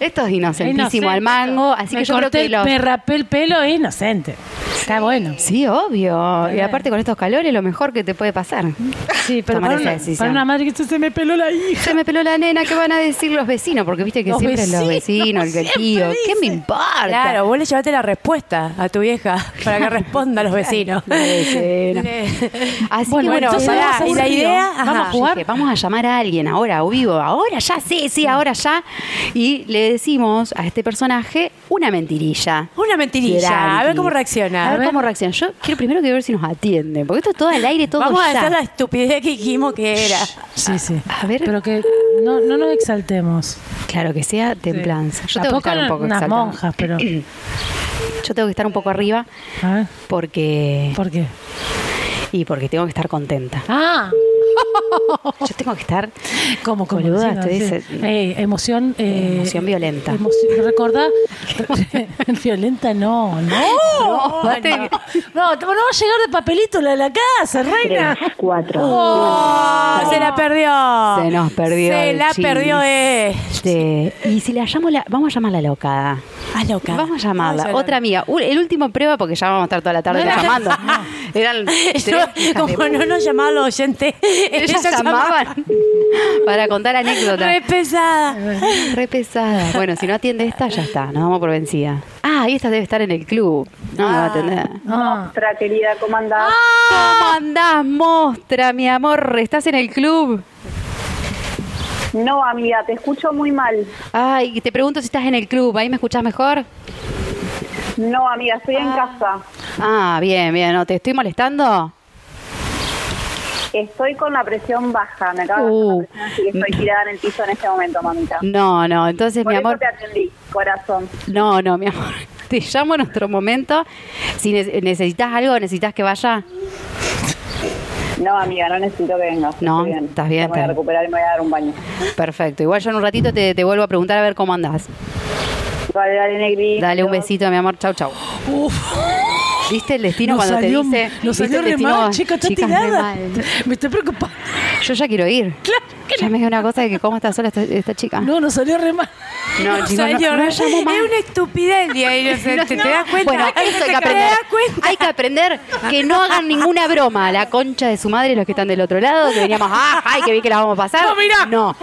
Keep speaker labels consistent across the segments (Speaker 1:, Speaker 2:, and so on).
Speaker 1: Esto es inocentísimo
Speaker 2: Inocente.
Speaker 1: al mango, así
Speaker 2: Me
Speaker 1: que yo creo
Speaker 2: corté
Speaker 1: que
Speaker 2: el-
Speaker 1: los...
Speaker 2: Me rapé el pelo, es inocente. Está bueno.
Speaker 1: Sí, obvio. Y aparte con estos calores lo mejor que te puede pasar.
Speaker 2: Sí, pero
Speaker 1: Tomar
Speaker 2: para
Speaker 1: esa
Speaker 2: una,
Speaker 1: decisión.
Speaker 2: para una madre que se me peló la hija.
Speaker 1: Se me peló la nena, ¿qué van a decir los vecinos? Porque viste que
Speaker 2: Los
Speaker 1: siempre es los vecinos,
Speaker 2: vecinos,
Speaker 1: el que el
Speaker 2: siempre
Speaker 1: tío. ¿Qué me
Speaker 2: dicen.
Speaker 1: importa?
Speaker 3: Claro, vos le llevaste la respuesta a tu vieja para que responda a los vecinos.
Speaker 1: Vecina. Así
Speaker 2: Bueno,
Speaker 1: que bueno,
Speaker 2: entonces
Speaker 1: pará,
Speaker 2: vamos a
Speaker 1: y la
Speaker 2: aburrido.
Speaker 1: idea,
Speaker 2: Vamos
Speaker 1: ajá,
Speaker 2: a jugar.
Speaker 1: dije, vamos a llamar a alguien ahora o vivo, ahora ya, sí, sí, ahora ya. Y le decimos a este personaje una mentirilla.
Speaker 3: Una mentirilla,
Speaker 1: Tranqui.
Speaker 3: a ver cómo reacciona.
Speaker 1: A ver cómo reacciona. Yo quiero primero que ver si nos atiende, porque esto es todo al aire, todo
Speaker 3: Vamos a
Speaker 1: ya.
Speaker 3: hacer la estupidez que dijimos que era.
Speaker 2: Sí, sí.
Speaker 1: A ver.
Speaker 2: Pero que no, no nos exaltemos.
Speaker 1: Claro, que sea templanza. Yo tengo que
Speaker 2: Tampoco
Speaker 1: estar un poco
Speaker 2: unas
Speaker 1: exaltada.
Speaker 2: monjas, pero.
Speaker 1: Yo tengo que estar un poco arriba
Speaker 2: A ver,
Speaker 1: porque
Speaker 2: ¿por qué?
Speaker 1: y porque tengo que estar contenta.
Speaker 2: Ah,
Speaker 1: Yo tengo que estar
Speaker 2: como como
Speaker 1: Boluda,
Speaker 2: diciendo,
Speaker 1: te
Speaker 2: sí.
Speaker 1: dice-
Speaker 2: Eh, emoción. eh,
Speaker 1: Emoción violenta.
Speaker 2: emoción- recordá. violenta no, no.
Speaker 3: Oh,
Speaker 1: Oh,
Speaker 2: No, no, te- no, va a llegar de papelito la de la casa, reina.
Speaker 3: Ah, se la perdió.
Speaker 1: Oh. Se nos perdió
Speaker 3: Se
Speaker 1: el
Speaker 3: la
Speaker 1: chis.
Speaker 3: perdió, eh.
Speaker 1: Este, y si la llamo, la, vamos a llamarla locada.
Speaker 3: Ah, loca.
Speaker 1: Vamos a llamarla.
Speaker 3: Vamos a
Speaker 1: Otra amiga. U- el último prueba, porque ya vamos a estar toda la tarde
Speaker 2: No era-
Speaker 1: llamando. Eran tres
Speaker 3: Yo,
Speaker 1: hijas de
Speaker 3: como no nos llamaba los oyentes,
Speaker 1: Ellas llamaban para contar anécdotas.
Speaker 3: Re pesada.
Speaker 1: Re pesada. Bueno, si no atiende esta, ya está. Nos vamos por vencida. Ah, y esta debe estar en el club. No la va a atender.
Speaker 2: Ah,
Speaker 4: Nuestra querida, ¿cómo andás?
Speaker 1: ¿Cómo andás, mostra, mi amor? ¿Estás en el club?
Speaker 4: No, amiga, te escucho muy mal.
Speaker 1: Ay, te pregunto si estás en el club. ¿Ahí me escuchás mejor?
Speaker 4: No, amiga, estoy en casa.
Speaker 1: Ah, bien, bien. ¿No te estoy molestando?
Speaker 4: Estoy con la presión baja, me acabo
Speaker 1: Uh.
Speaker 4: de bajar la presión, así que estoy tirada en el piso en este momento, mamita.
Speaker 1: No, no. Entonces,
Speaker 4: Por
Speaker 1: mi
Speaker 4: eso
Speaker 1: amor...
Speaker 4: te atendí, corazón.
Speaker 1: No, no, mi amor. Te llamo en otro momento. Si ne- necesitas algo, necesitas que vaya.
Speaker 4: No, amiga, no necesito que vengas.
Speaker 1: No,
Speaker 4: estoy
Speaker 1: estás bien,
Speaker 4: Ya Me voy a
Speaker 1: estás-
Speaker 4: recuperar y me voy a dar un baño.
Speaker 1: Perfecto. Igual yo en un ratito te, te vuelvo a preguntar a ver cómo andás.
Speaker 4: Dale, dale, negrito.
Speaker 1: Dale un besito, mi amor. Chau, chau. ¿Viste el destino
Speaker 2: nos
Speaker 1: cuando
Speaker 2: salió,
Speaker 1: te dice?
Speaker 2: nos
Speaker 1: ¿viste
Speaker 2: salió
Speaker 1: el
Speaker 2: re
Speaker 1: destino?
Speaker 2: mal, chica, está
Speaker 1: Chicas, re
Speaker 2: tirada.
Speaker 1: mal.
Speaker 2: Me estoy preocupando.
Speaker 1: Yo ya quiero ir. Ya me dio una cosa de que cómo está sola esta, esta chica.
Speaker 2: No, nos salió re mal.
Speaker 1: No,
Speaker 3: Nos
Speaker 1: chicos, no- no
Speaker 3: salió re-
Speaker 1: llamo más.
Speaker 3: Es una estupidez, Lía, y no sé, ¿te, te das cuenta?
Speaker 1: Bueno, eso hay
Speaker 3: ¿Te
Speaker 1: que aprender.
Speaker 3: das cuenta?
Speaker 1: Hay que aprender que no hagan ninguna broma a la concha de su madre los que están del otro lado, que veníamos, ah, ay, que vi que la vamos a pasar. No, mira. No.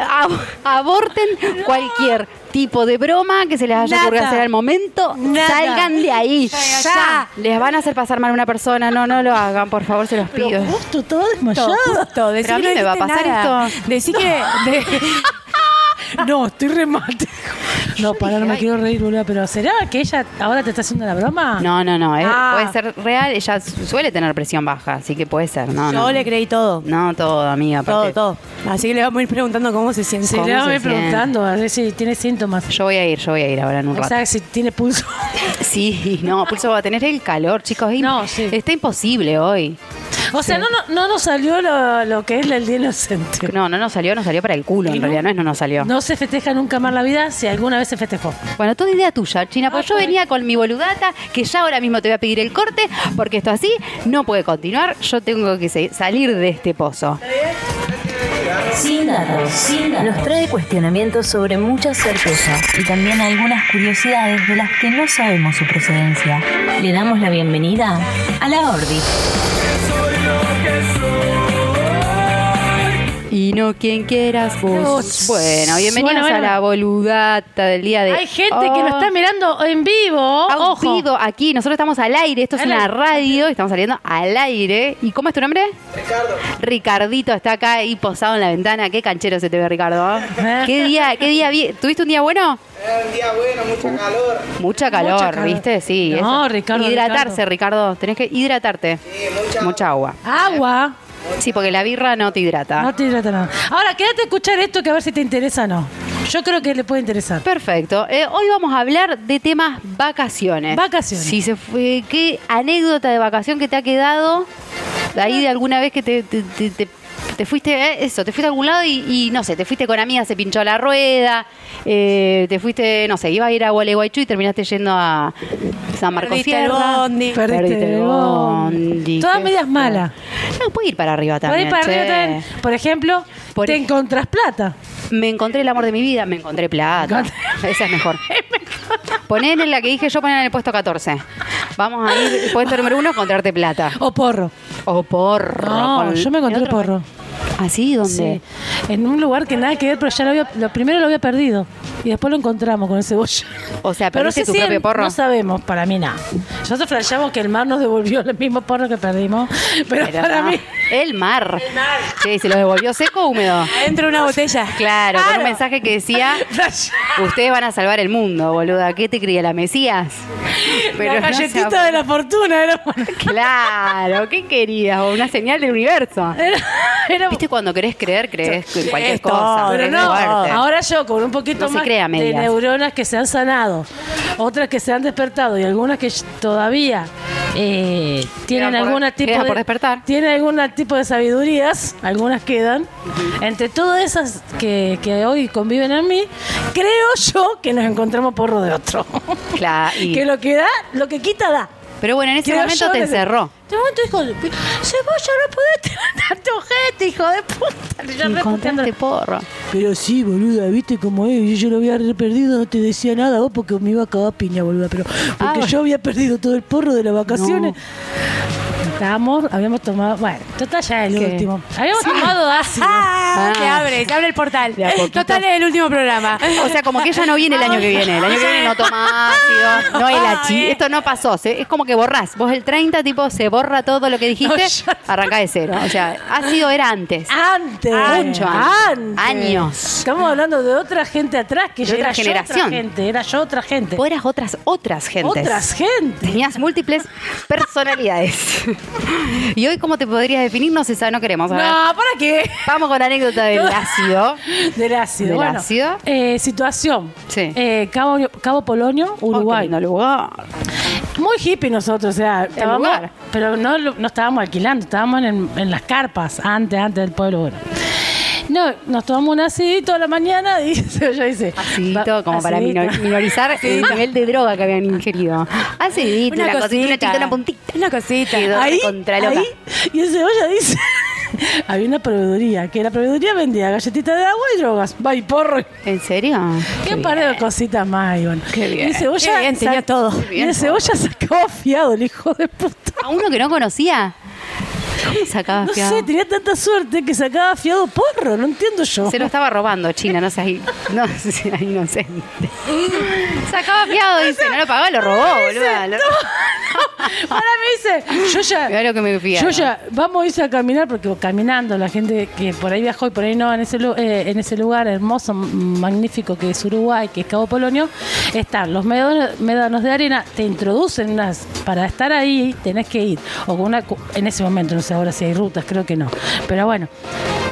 Speaker 1: Ab- aborten cualquier tipo de broma que se les haya
Speaker 3: Nada.
Speaker 1: ocurrido hacer al momento.
Speaker 3: Nada.
Speaker 1: Salgan de ahí.
Speaker 3: Ya.
Speaker 1: Les van a hacer pasar mal a una persona. No, no lo hagan, por favor, se los
Speaker 2: Pero
Speaker 1: pido.
Speaker 2: justo, todo desmayado.
Speaker 3: Justo, decí
Speaker 1: Pero a mí
Speaker 3: que no
Speaker 1: me va a
Speaker 3: dijiste
Speaker 1: pasar
Speaker 3: nada.
Speaker 1: esto.
Speaker 3: Decí que... de-
Speaker 2: No, estoy remate. No, para, no me quiero reír, boluda, pero ¿será que ella ahora te está haciendo la broma?
Speaker 1: No, no, no. eh,
Speaker 2: Ah.
Speaker 1: Puede ser real. Ella su- suele tener presión baja, así que puede ser. No,
Speaker 3: yo
Speaker 1: no.
Speaker 3: le creí todo.
Speaker 1: No, todo, amiga.
Speaker 3: Todo,
Speaker 1: aparte-
Speaker 3: todo. Así que le vamos a ir preguntando cómo se siente.
Speaker 2: Se
Speaker 1: ¿Cómo
Speaker 2: le va a ir
Speaker 1: se siente?
Speaker 2: preguntando a ver si tiene síntomas.
Speaker 1: Yo voy a ir, yo voy a ir ahora en un
Speaker 2: O
Speaker 1: rato.
Speaker 2: sea, si tiene pulso.
Speaker 1: Sí, no, pulso va a tener el calor, chicos. es im-
Speaker 2: No, sí.
Speaker 1: Está imposible hoy.
Speaker 2: O sea, no, no, no nos salió lo, lo que es el Día Inocente.
Speaker 1: No, no nos salió, nos salió para el culo, en realidad, no es no nos salió.
Speaker 2: No se festeja nunca más la vida si alguna vez se festejó.
Speaker 1: Bueno, toda idea tuya, China, porque
Speaker 2: Ah,
Speaker 1: yo
Speaker 2: pues.
Speaker 1: venía con mi boludata, que ya ahora mismo te voy a pedir el corte, porque esto así no puede continuar, yo tengo que se- salir de este pozo.
Speaker 5: Sin datos, sin datos. Nos trae cuestionamientos sobre muchas certezas y también algunas curiosidades de las que no sabemos su procedencia. Le damos la bienvenida a la Ordi.
Speaker 1: Y no quien quieras vos.
Speaker 2: Vos.
Speaker 1: Bueno, bienvenidos
Speaker 2: Bueno, bueno.
Speaker 1: a la boludata del día de
Speaker 2: Hay gente que lo está
Speaker 1: hoy.
Speaker 2: mirando en vivo.
Speaker 1: Oh. Au,
Speaker 2: Ojo.
Speaker 1: vivo aquí, nosotros estamos al aire, esto es
Speaker 2: Al
Speaker 1: una
Speaker 2: aire.
Speaker 1: radio, estamos saliendo al aire. ¿Y cómo es tu nombre? Ricardo. Ricardito está acá ahí posado en la ventana. Qué canchero se te ve, Ricardo. ¿Qué día, qué día vi- ¿Tuviste un día bueno? Uh.
Speaker 6: Era Eh, un día bueno, mucho calor.
Speaker 1: Mucha calor,
Speaker 2: calor.
Speaker 1: ¿viste? Sí.
Speaker 2: No, Ricardo,
Speaker 1: Hidratarse, Ricardo. Tenés que hidratarte.
Speaker 6: Sí, mucha-
Speaker 1: Mucha agua.
Speaker 2: Agua.
Speaker 1: Sí, porque la birra no te hidrata.
Speaker 2: No te hidrata nada. Ahora, quédate a escuchar esto que a ver si te interesa o no. Yo creo que le puede interesar.
Speaker 1: Perfecto. Eh, hoy vamos a hablar de temas vacaciones.
Speaker 2: Vacaciones.
Speaker 1: Si se fue, ¿qué anécdota de vacación que te ha quedado de ahí de alguna vez que te, te- te- te- te fuiste, eh, eso, te fuiste a algún lado y, y, no sé, te fuiste con amigas, se pinchó la rueda, eh, te fuiste, no sé, iba a ir a Gualeguaychú y terminaste yendo a San Marcos
Speaker 3: Perdiste el
Speaker 1: Sierra.
Speaker 3: bondi.
Speaker 2: Perdiste el bondi. Todas
Speaker 1: qué
Speaker 2: medias
Speaker 1: feo.
Speaker 2: malas.
Speaker 1: No, puede ir para arriba
Speaker 2: Por ahí
Speaker 1: también.
Speaker 2: para arriba
Speaker 1: che.
Speaker 2: también. Por ejemplo,
Speaker 1: Por
Speaker 2: te
Speaker 1: ej-
Speaker 2: encontrás plata.
Speaker 1: Me encontré el amor de mi vida, me encontré plata. Esa es mejor. Poner en la que dije yo, poner en el puesto 14. Vamos a ir, puesto número uno, encontrarte plata.
Speaker 2: O porro.
Speaker 1: O porro.
Speaker 2: No,
Speaker 1: con-
Speaker 2: yo me encontré
Speaker 1: ¿En otro
Speaker 2: porro.
Speaker 1: país? ¿Ah, sí? ¿Dónde?
Speaker 2: Sí. En un lugar que nada que ver, pero ya lo había, lo primero lo había perdido. Y después lo encontramos con el cebolla.
Speaker 1: O sea,
Speaker 2: Pero no
Speaker 1: ¿perdiste
Speaker 2: sé
Speaker 1: tu
Speaker 2: si
Speaker 1: propio
Speaker 2: en-
Speaker 1: porro?
Speaker 2: No sabemos, para mí nada. Nosotros flasheamos que el mar nos devolvió el mismo porro que perdimos. Pero,
Speaker 1: Pero
Speaker 2: para
Speaker 1: no.
Speaker 2: mí.
Speaker 1: El mar. Sí, ¿se lo devolvió seco o húmedo?
Speaker 3: Adentro de una botella.
Speaker 1: Claro, con un mensaje que decía, ustedes van a salvar el mundo, boluda. ¿Qué te cría la Mesías?
Speaker 2: la
Speaker 1: no
Speaker 2: galletita
Speaker 1: sea-
Speaker 2: de la fortuna era,
Speaker 1: Claro, ¿qué querías? Una señal del universo.
Speaker 2: era- era-
Speaker 1: ¿Viste cuando querés creer, crees en cualquier
Speaker 3: Esto,
Speaker 1: cosa?
Speaker 2: Pero
Speaker 1: es
Speaker 2: no,
Speaker 1: fuerte.
Speaker 2: ahora yo con un poquito
Speaker 1: No se
Speaker 2: más
Speaker 1: crea
Speaker 2: de
Speaker 1: medias.
Speaker 2: neuronas que se han sanado, otras que se han despertado y algunas que todavía eh, tienen
Speaker 1: Quedan por-
Speaker 2: alguna tipo
Speaker 1: quedan
Speaker 2: de
Speaker 1: por despertar.
Speaker 2: tienen algún tipo de sabidurías, algunas quedan. Entre todas esas que, que hoy conviven en mí, creo yo que nos encontramos porro de otro.
Speaker 1: Claro, y-
Speaker 2: que lo que da, lo que quita da.
Speaker 1: Pero bueno, en ese
Speaker 2: Creo
Speaker 1: momento
Speaker 2: yo
Speaker 1: te
Speaker 2: que-
Speaker 1: encerró.
Speaker 2: En ese momento dijo, cebolla, no podés tener tanto gente, hijo de puta. Y yo reputeando.
Speaker 1: Encontraste porro.
Speaker 2: Pero sí, boluda, viste cómo es. Yo, yo lo había re perdido, no te decía nada vos porque me iba a cagar piña, boluda. Pero porque
Speaker 1: Ah, bueno.
Speaker 2: yo había perdido todo el porro de las vacaciones. Estábamos, habíamos tomado. Bueno, total, ya es el
Speaker 1: ¿Qué?
Speaker 2: último. Habíamos tomado ácido.
Speaker 3: Ah,
Speaker 1: Ah.
Speaker 3: se abre, se abre el portal.
Speaker 1: a poquito.
Speaker 3: Total es el último programa.
Speaker 1: O sea, como que ella no viene el año que viene. El año que viene no toma ácido, no el achi. Esto no pasó. se- es como que borrás. Vos el 30, tipo, se borra todo lo que dijiste, arrancá de cero. O sea, ácido era antes.
Speaker 2: Antes.
Speaker 1: Mucho antes.
Speaker 2: Ah, antes.
Speaker 1: Años.
Speaker 2: Estamos hablando de otra gente atrás que
Speaker 1: De
Speaker 2: yo
Speaker 1: otra
Speaker 2: era yo
Speaker 1: generación.
Speaker 2: otra gente. Era yo otra gente.
Speaker 1: Vos eras otras, otras gentes.
Speaker 2: Otras gente.
Speaker 1: Tenías múltiples personalidades. Y hoy, ¿cómo te podrías definir? No se sabe, no queremos. A
Speaker 2: No,
Speaker 1: ver,
Speaker 2: ¿para qué?
Speaker 1: Vamos con la anécdota del ácido.
Speaker 2: Del ácido.
Speaker 1: Del
Speaker 2: bueno.
Speaker 1: ácido.
Speaker 2: Eh, situación.
Speaker 1: Sí.
Speaker 2: Eh, Cabo, Cabo Polonio, Uruguay.
Speaker 1: Oh, qué lindo lugar.
Speaker 2: Muy hippie nosotros, o sea, estábamos-
Speaker 1: lugar.
Speaker 2: pero no, lo- no estábamos alquilando, estábamos en, en las carpas, antes, antes del pueblo. Bueno. No, nos tomamos un acidito a la mañana y yo dice...
Speaker 1: Acidito,
Speaker 2: va-
Speaker 1: como para
Speaker 2: acidito.
Speaker 1: minor- minorizar el nivel de droga que habían ingerido. Ah, Acidito, una, cosita, una chiquita, una puntita.
Speaker 3: Una cosita.
Speaker 1: Quedó
Speaker 2: Ahí,
Speaker 1: recontra loca.
Speaker 2: ahí, y el cebolla dice... Había una proveeduría, que la proveeduría vendía galletitas de agua y drogas. Va y porro.
Speaker 1: ¿En serio?
Speaker 2: Qué par de cositas más, Iván.
Speaker 1: Qué bien.
Speaker 2: Y el cebolla
Speaker 3: Qué bien, tenía
Speaker 2: sac-
Speaker 3: todo.
Speaker 2: Y el cebolla sacaba fiado, el hijo de puta.
Speaker 1: ¿A uno que no conocía? ¿Cómo sacaba
Speaker 2: No
Speaker 1: fiado?
Speaker 2: sé, tenía tanta suerte que sacaba fiado porro, no entiendo yo.
Speaker 1: Se lo estaba robando, China, no seas, in- no seas inocente. Sacaba fiado, dice, no lo pagó, lo robó, boluda. Lo-
Speaker 2: Ahora me dice, yo ya.
Speaker 1: Mirá lo que me fiaron.
Speaker 2: Yo ya, vamos a irse a caminar, porque caminando, la gente que por ahí viajó y por ahí no, en ese, lu- eh, en ese lugar hermoso, m- magnífico que es Uruguay, que es Cabo Polonio, están los médanos, médanos de arena, te introducen unas. Para estar ahí tenés que ir. O con una, cu- en ese momento, no sé ahora si hay rutas, creo que no. Pero bueno,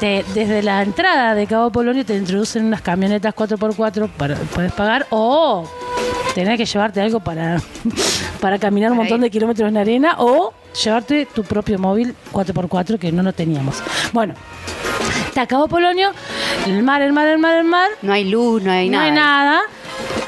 Speaker 2: te- desde la entrada de Cabo Polonio te introducen unas camionetas 4x4 para puedes pagar o tenés que llevarte algo para, para caminar un
Speaker 1: Para
Speaker 2: montón
Speaker 1: ir.
Speaker 2: de kilómetros en arena o llevarte tu propio móvil 4x4 que no lo teníamos. Bueno, está Cabo Polonio, el mar, el mar, el mar, el mar,
Speaker 1: No hay luz, no hay
Speaker 2: no
Speaker 1: nada.
Speaker 2: hay nada.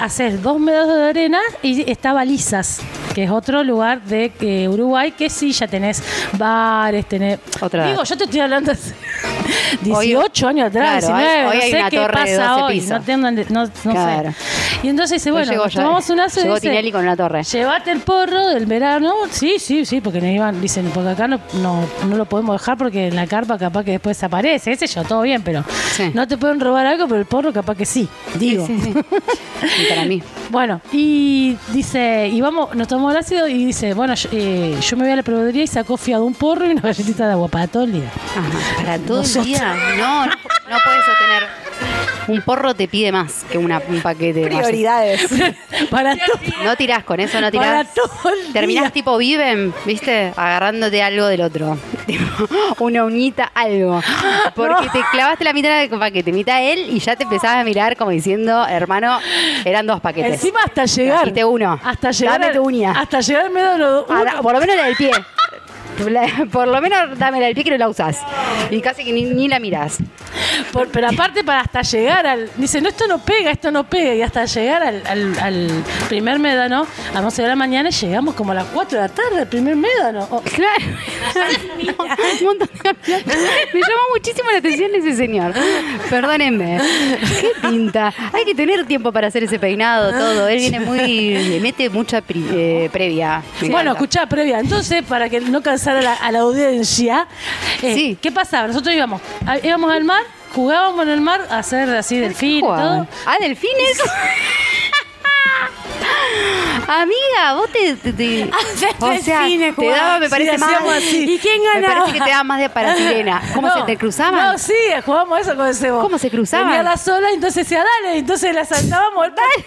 Speaker 2: Haces dos metros de arena y está Balizas, que es otro lugar de eh, Uruguay que sí ya tenés bares, tenés.
Speaker 1: Otra
Speaker 2: Digo,
Speaker 1: edad.
Speaker 2: yo te estoy hablando hace 18 años atrás,
Speaker 1: Claro, hoy-
Speaker 2: 19,
Speaker 1: hoy hay
Speaker 2: no sé
Speaker 1: una
Speaker 2: qué
Speaker 1: torre de
Speaker 2: pasa
Speaker 1: 12
Speaker 2: hoy,
Speaker 1: pisos.
Speaker 2: no tengo ande- no, no
Speaker 1: Claro.
Speaker 2: sé. Y entonces dice,
Speaker 1: Hoy
Speaker 2: bueno,
Speaker 1: llegó
Speaker 2: nos
Speaker 1: ya-
Speaker 2: tomamos un ace y
Speaker 1: llegó
Speaker 2: dice,
Speaker 1: eh, Tinelli con una torre.
Speaker 2: Llévate el porro del verano. Sí, sí, sí, porque no iban, dicen, porque acá no, no, no lo podemos dejar porque en la carpa capaz que después aparece, ese yo, todo bien, pero
Speaker 1: Sí.
Speaker 2: no te pueden robar algo, pero el porro capaz que sí, digo.
Speaker 1: Sí, sí, sí. Y para mí.
Speaker 2: Bueno, y dice, y vamos, nos tomó el ácido y dice, bueno, yo, eh, yo me voy a la proveeduría y sacó fiado un porro y una galletita de agua para todo el día.
Speaker 1: Ah, para todo
Speaker 2: Nosotros-
Speaker 1: el día. No, no, no puedes sostener. Un porro te pide más que una, un paquete. de galletas.
Speaker 5: Prioridades.
Speaker 2: para todo.
Speaker 1: No tirás con eso, no tirás.
Speaker 2: Para todo el
Speaker 1: Terminás
Speaker 2: día.
Speaker 1: tipo viven, ¿viste? Agarrándote algo del otro. Tipo, una uñita, algo. Porque te clavaste la mitad del paquete, mitad él, y ya te empezabas a mirar como diciendo, hermano, eran dos paquetes.
Speaker 2: Encima hasta llegar.
Speaker 1: Trajiste uno.
Speaker 2: Hasta llegar.
Speaker 1: Dame
Speaker 2: al-
Speaker 1: tu uña.
Speaker 2: Hasta llegar al medio de los
Speaker 1: Ah, da- por lo menos la del pie. La- Por lo menos dame la del pie que no la usás. Y casi que ni, ni la mirás.
Speaker 2: Por- pero aparte para hasta llegar al... Dice, no, esto no pega, esto no pega. Y hasta llegar al, al- al primer médano, a las 11 de la mañana, llegamos como a las 4 de la tarde al primer médano. Oh, O-
Speaker 1: Claro. No, un montón de caminos. Me llamó muchísimo la atención ese señor. Perdónenme. Qué pinta. Hay que tener tiempo para hacer ese peinado, todo. Él viene muy. Le mete mucha pri- eh, previa. Me encanta.
Speaker 2: Bueno, escuchá, previa. Entonces, para que no cansara la- a la audiencia, eh,
Speaker 1: Sí.
Speaker 2: ¿qué pasaba? Nosotros íbamos, a- íbamos al mar, jugábamos en el mar a hacer así delfín y todo.
Speaker 1: Jugaban. Ah, delfines. Amiga, vos te. te- te-
Speaker 3: Hacer
Speaker 1: o sea,
Speaker 3: delfines,
Speaker 1: te daba, me
Speaker 2: jugaban.
Speaker 1: parece
Speaker 2: Sí,
Speaker 1: más.
Speaker 2: hacíamos así.
Speaker 3: ¿Y quién
Speaker 1: Me
Speaker 3: ganaba?
Speaker 1: parece que te daba más de para sirena. ¿Cómo
Speaker 2: No,
Speaker 1: se te cruzaban?
Speaker 2: No, sí, jugábamos eso con ese
Speaker 1: ¿Cómo se cruzaban?
Speaker 2: Venía la sola, entonces decía, dale, entonces la saltábamos, dale.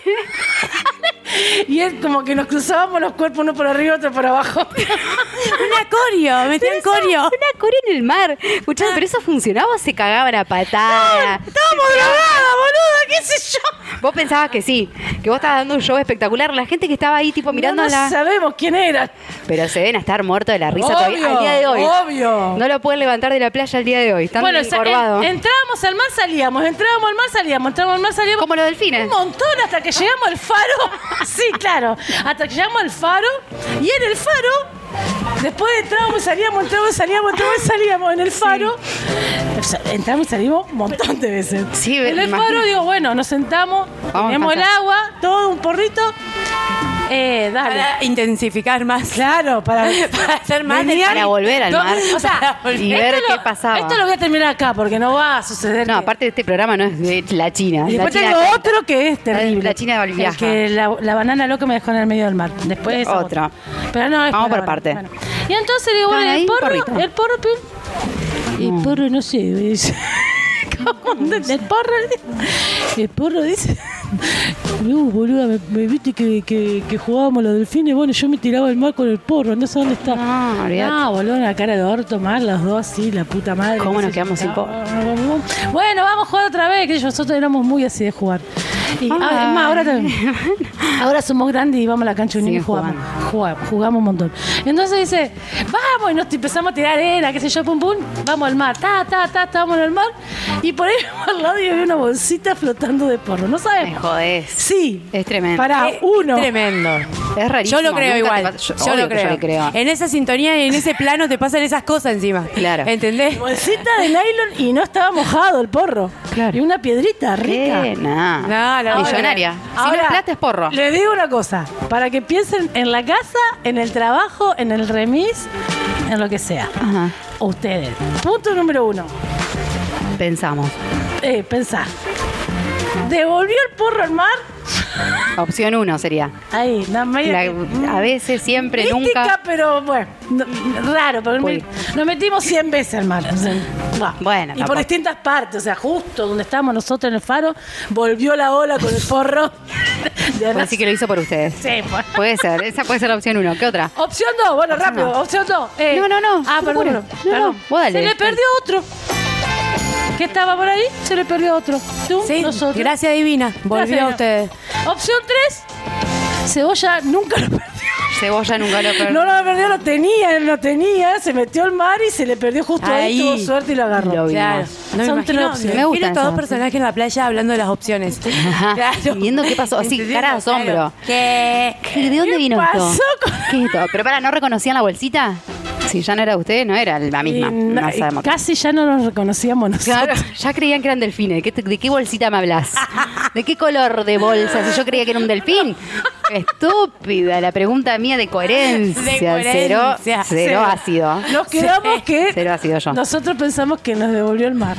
Speaker 2: y él como que nos cruzábamos los cuerpos uno por arriba, otro por abajo.
Speaker 3: Una corio, metían corio.
Speaker 1: Una corea en el mar. Escuchame, pero eso funcionaba o se cagaban a patada.
Speaker 3: Estábamos drogadas, boluda, qué sé yo.
Speaker 1: Vos pensabas que sí, que vos estabas dando un show espectacular. La gente que estaba ahí, tipo, mirando
Speaker 2: no,
Speaker 1: a
Speaker 2: no
Speaker 1: la.
Speaker 2: sabemos quién era.
Speaker 1: Pero se ven a estar muertos de la risa
Speaker 2: Obvio,
Speaker 1: todavía al día de hoy.
Speaker 2: obvio.
Speaker 1: No lo pueden levantar de la playa al día de hoy. Están
Speaker 2: Bueno, sa-
Speaker 1: encorvados.
Speaker 2: en- entrábamos al mar, salíamos, entrábamos al mar, salíamos, entrábamos al mar, salíamos.
Speaker 1: Como los delfines.
Speaker 2: Un montón hasta que llegamos al faro. Sí, claro. Hasta que llegamos al faro. Y en el faro, después entrábamos, salíamos, entrábamos, salíamos, entrábamos, salíamos. En el faro, o sea, entramos y salimos un montón de veces.
Speaker 1: Sí,
Speaker 2: en
Speaker 1: me
Speaker 2: el
Speaker 1: imagino.
Speaker 2: faro, digo, bueno, nos sentamos,
Speaker 1: Vamos,
Speaker 2: tenemos el
Speaker 1: pasa.
Speaker 2: agua, todo un porrito. Eh, dale.
Speaker 3: Para intensificar más.
Speaker 2: Claro, para
Speaker 3: Para hacer más de-
Speaker 1: Para volver al
Speaker 2: No,
Speaker 1: mar
Speaker 2: o sea,
Speaker 1: y
Speaker 2: esto
Speaker 1: ver
Speaker 2: lo-
Speaker 1: qué pasaba.
Speaker 2: Esto lo voy a terminar acá porque no va a suceder.
Speaker 1: No,
Speaker 2: que-
Speaker 1: aparte de este programa no es de la China.
Speaker 2: Y
Speaker 1: la
Speaker 2: después
Speaker 1: China
Speaker 2: tengo
Speaker 1: cuenta.
Speaker 2: otro que es terrible.
Speaker 1: La China del
Speaker 2: El
Speaker 1: viaje.
Speaker 2: que la, la banana loca me dejó en el medio del mar. Después es
Speaker 1: Otra.
Speaker 2: otro. Pero no, es
Speaker 1: Vamos
Speaker 2: para
Speaker 1: por
Speaker 2: ahora.
Speaker 1: parte.
Speaker 2: Y entonces digo,
Speaker 1: Estaban
Speaker 2: bueno,
Speaker 1: ahí,
Speaker 2: el porro,
Speaker 1: porrito. Mm.
Speaker 2: el porro, pim. El porro no sé, dice. ¿Cómo? El porro, dice- el porro dice, no, boluda, me, me viste que, que, que jugábamos los delfines, bueno, yo me tiraba al mar con el porro, no sé dónde está.
Speaker 1: No, olvídate.
Speaker 2: Ah, boludo, una cara de orto mal, las dos sí, la puta madre.
Speaker 1: ¿Cómo
Speaker 2: No
Speaker 1: nos
Speaker 2: sé,
Speaker 1: quedamos sin
Speaker 2: ah,
Speaker 1: por-
Speaker 2: Bueno, vamos a jugar otra vez, que yo, nosotros éramos muy así de jugar. Y, ah, es más, ahora también. Ahora somos grandes y vamos a la cancha unida y
Speaker 1: Siguen
Speaker 2: jugamos. Jugamos, jugamos un montón. Entonces dice, vamos, y nos empezamos a tirar arena, qué sé yo, pum pum, vamos al mar, ta, ta, ta, ta, vamos al mar. Y por ahí al lado y había una bolsita flotando de porro, no
Speaker 1: Me
Speaker 2: sabemos.
Speaker 1: jodés.
Speaker 2: Sí.
Speaker 1: Es tremendo.
Speaker 2: Para uno.
Speaker 3: Tremendo.
Speaker 1: Es rarísimo.
Speaker 3: Yo lo creo
Speaker 1: nunca te
Speaker 3: igual.
Speaker 1: pasa-
Speaker 3: Yo,
Speaker 1: obvio
Speaker 3: lo
Speaker 1: que yo
Speaker 3: creo.
Speaker 1: le creo.
Speaker 3: En esa sintonía y en ese plano te pasan esas cosas encima.
Speaker 1: Claro.
Speaker 3: ¿Entendés?
Speaker 2: Bolsita de nylon y no estaba mojado el porro.
Speaker 1: Claro.
Speaker 2: Y una piedrita rica.
Speaker 1: ¿Qué? Nah.
Speaker 3: No, no,
Speaker 1: Eh, Millonaria. si
Speaker 2: Ahora,
Speaker 1: no es plata es porro.
Speaker 2: Le digo una cosa, para que piensen en la casa, en el trabajo, en el remis, en lo que sea.
Speaker 1: Ajá.
Speaker 2: Ustedes. Punto número uno.
Speaker 1: Pensamos.
Speaker 2: Eh, pensá. ¿Devolvió el porro al mar?
Speaker 1: Opción uno sería.
Speaker 2: Ahí, nada más.
Speaker 1: La- a veces, siempre,
Speaker 2: Mística,
Speaker 1: nunca.
Speaker 2: pero bueno, no- raro, pero
Speaker 1: Uy.
Speaker 2: me- nos metimos 100 veces al mar. o sea, buah.
Speaker 1: Bueno,
Speaker 2: y por
Speaker 1: capaz.
Speaker 2: distintas partes, o sea, justo donde estábamos nosotros en el faro, volvió la ola con el porro. De
Speaker 1: Pues sí que lo hizo por ustedes.
Speaker 2: Sí, pues.
Speaker 1: Puede ser, esa puede ser la opción uno. ¿Qué otra?
Speaker 2: Opción 2, bueno, rápido,
Speaker 1: dos.
Speaker 2: opción 2.
Speaker 1: No, no, no,
Speaker 2: Ah,
Speaker 1: no,
Speaker 2: perdón.
Speaker 1: bueno, no,
Speaker 2: perdón.
Speaker 1: no, vos dale.
Speaker 2: Se le perdió otro. Que estaba por ahí, se le perdió otro. Tú,
Speaker 3: Sí,
Speaker 2: nosotros.
Speaker 3: gracias divina. Volvió
Speaker 2: Gracias,
Speaker 3: a ustedes.
Speaker 2: Opción 3, cebolla nunca lo perdió.
Speaker 1: Cebolla nunca lo perdió.
Speaker 2: No lo perdió, lo tenía, lo tenía, se metió al mar y se le perdió justo ahí,
Speaker 3: Ahí.
Speaker 2: tuvo suerte y lo agarró.
Speaker 1: Lo vi.
Speaker 3: Claro. No
Speaker 2: Son
Speaker 3: me
Speaker 2: tres
Speaker 3: imagino,
Speaker 2: opciones.
Speaker 1: Me gustan
Speaker 3: Me gustan estos
Speaker 1: esas
Speaker 3: dos
Speaker 1: opciones.
Speaker 3: personajes en la playa hablando de las opciones.
Speaker 1: Ajá, viendo qué pasó, así,
Speaker 3: ¿Entendés?
Speaker 1: cara de asombro.
Speaker 3: Claro. ¿Qué?
Speaker 1: ¿De dónde
Speaker 2: ¿Qué
Speaker 1: vino
Speaker 2: pasó
Speaker 1: esto?
Speaker 2: con-
Speaker 1: ¿Qué es esto? Pero para, ¿no reconocían la bolsita? Si ya no era de ustedes, no era la
Speaker 2: Y
Speaker 1: misma.
Speaker 2: na-
Speaker 1: no sabemos.
Speaker 2: casi ya no nos reconocíamos nosotros.
Speaker 1: Claro, ya creían que eran delfines. ¿De qué, de qué bolsita me hablas? ¿De qué color de bolsa? Si yo creía que era un delfín. Estúpida la pregunta mía de coherencia.
Speaker 3: De coherencia.
Speaker 1: Cero,
Speaker 3: Cero.
Speaker 1: cero ácido.
Speaker 2: Nos quedamos que
Speaker 1: Cero ha sido yo.
Speaker 2: nosotros pensamos que nos devolvió el mar.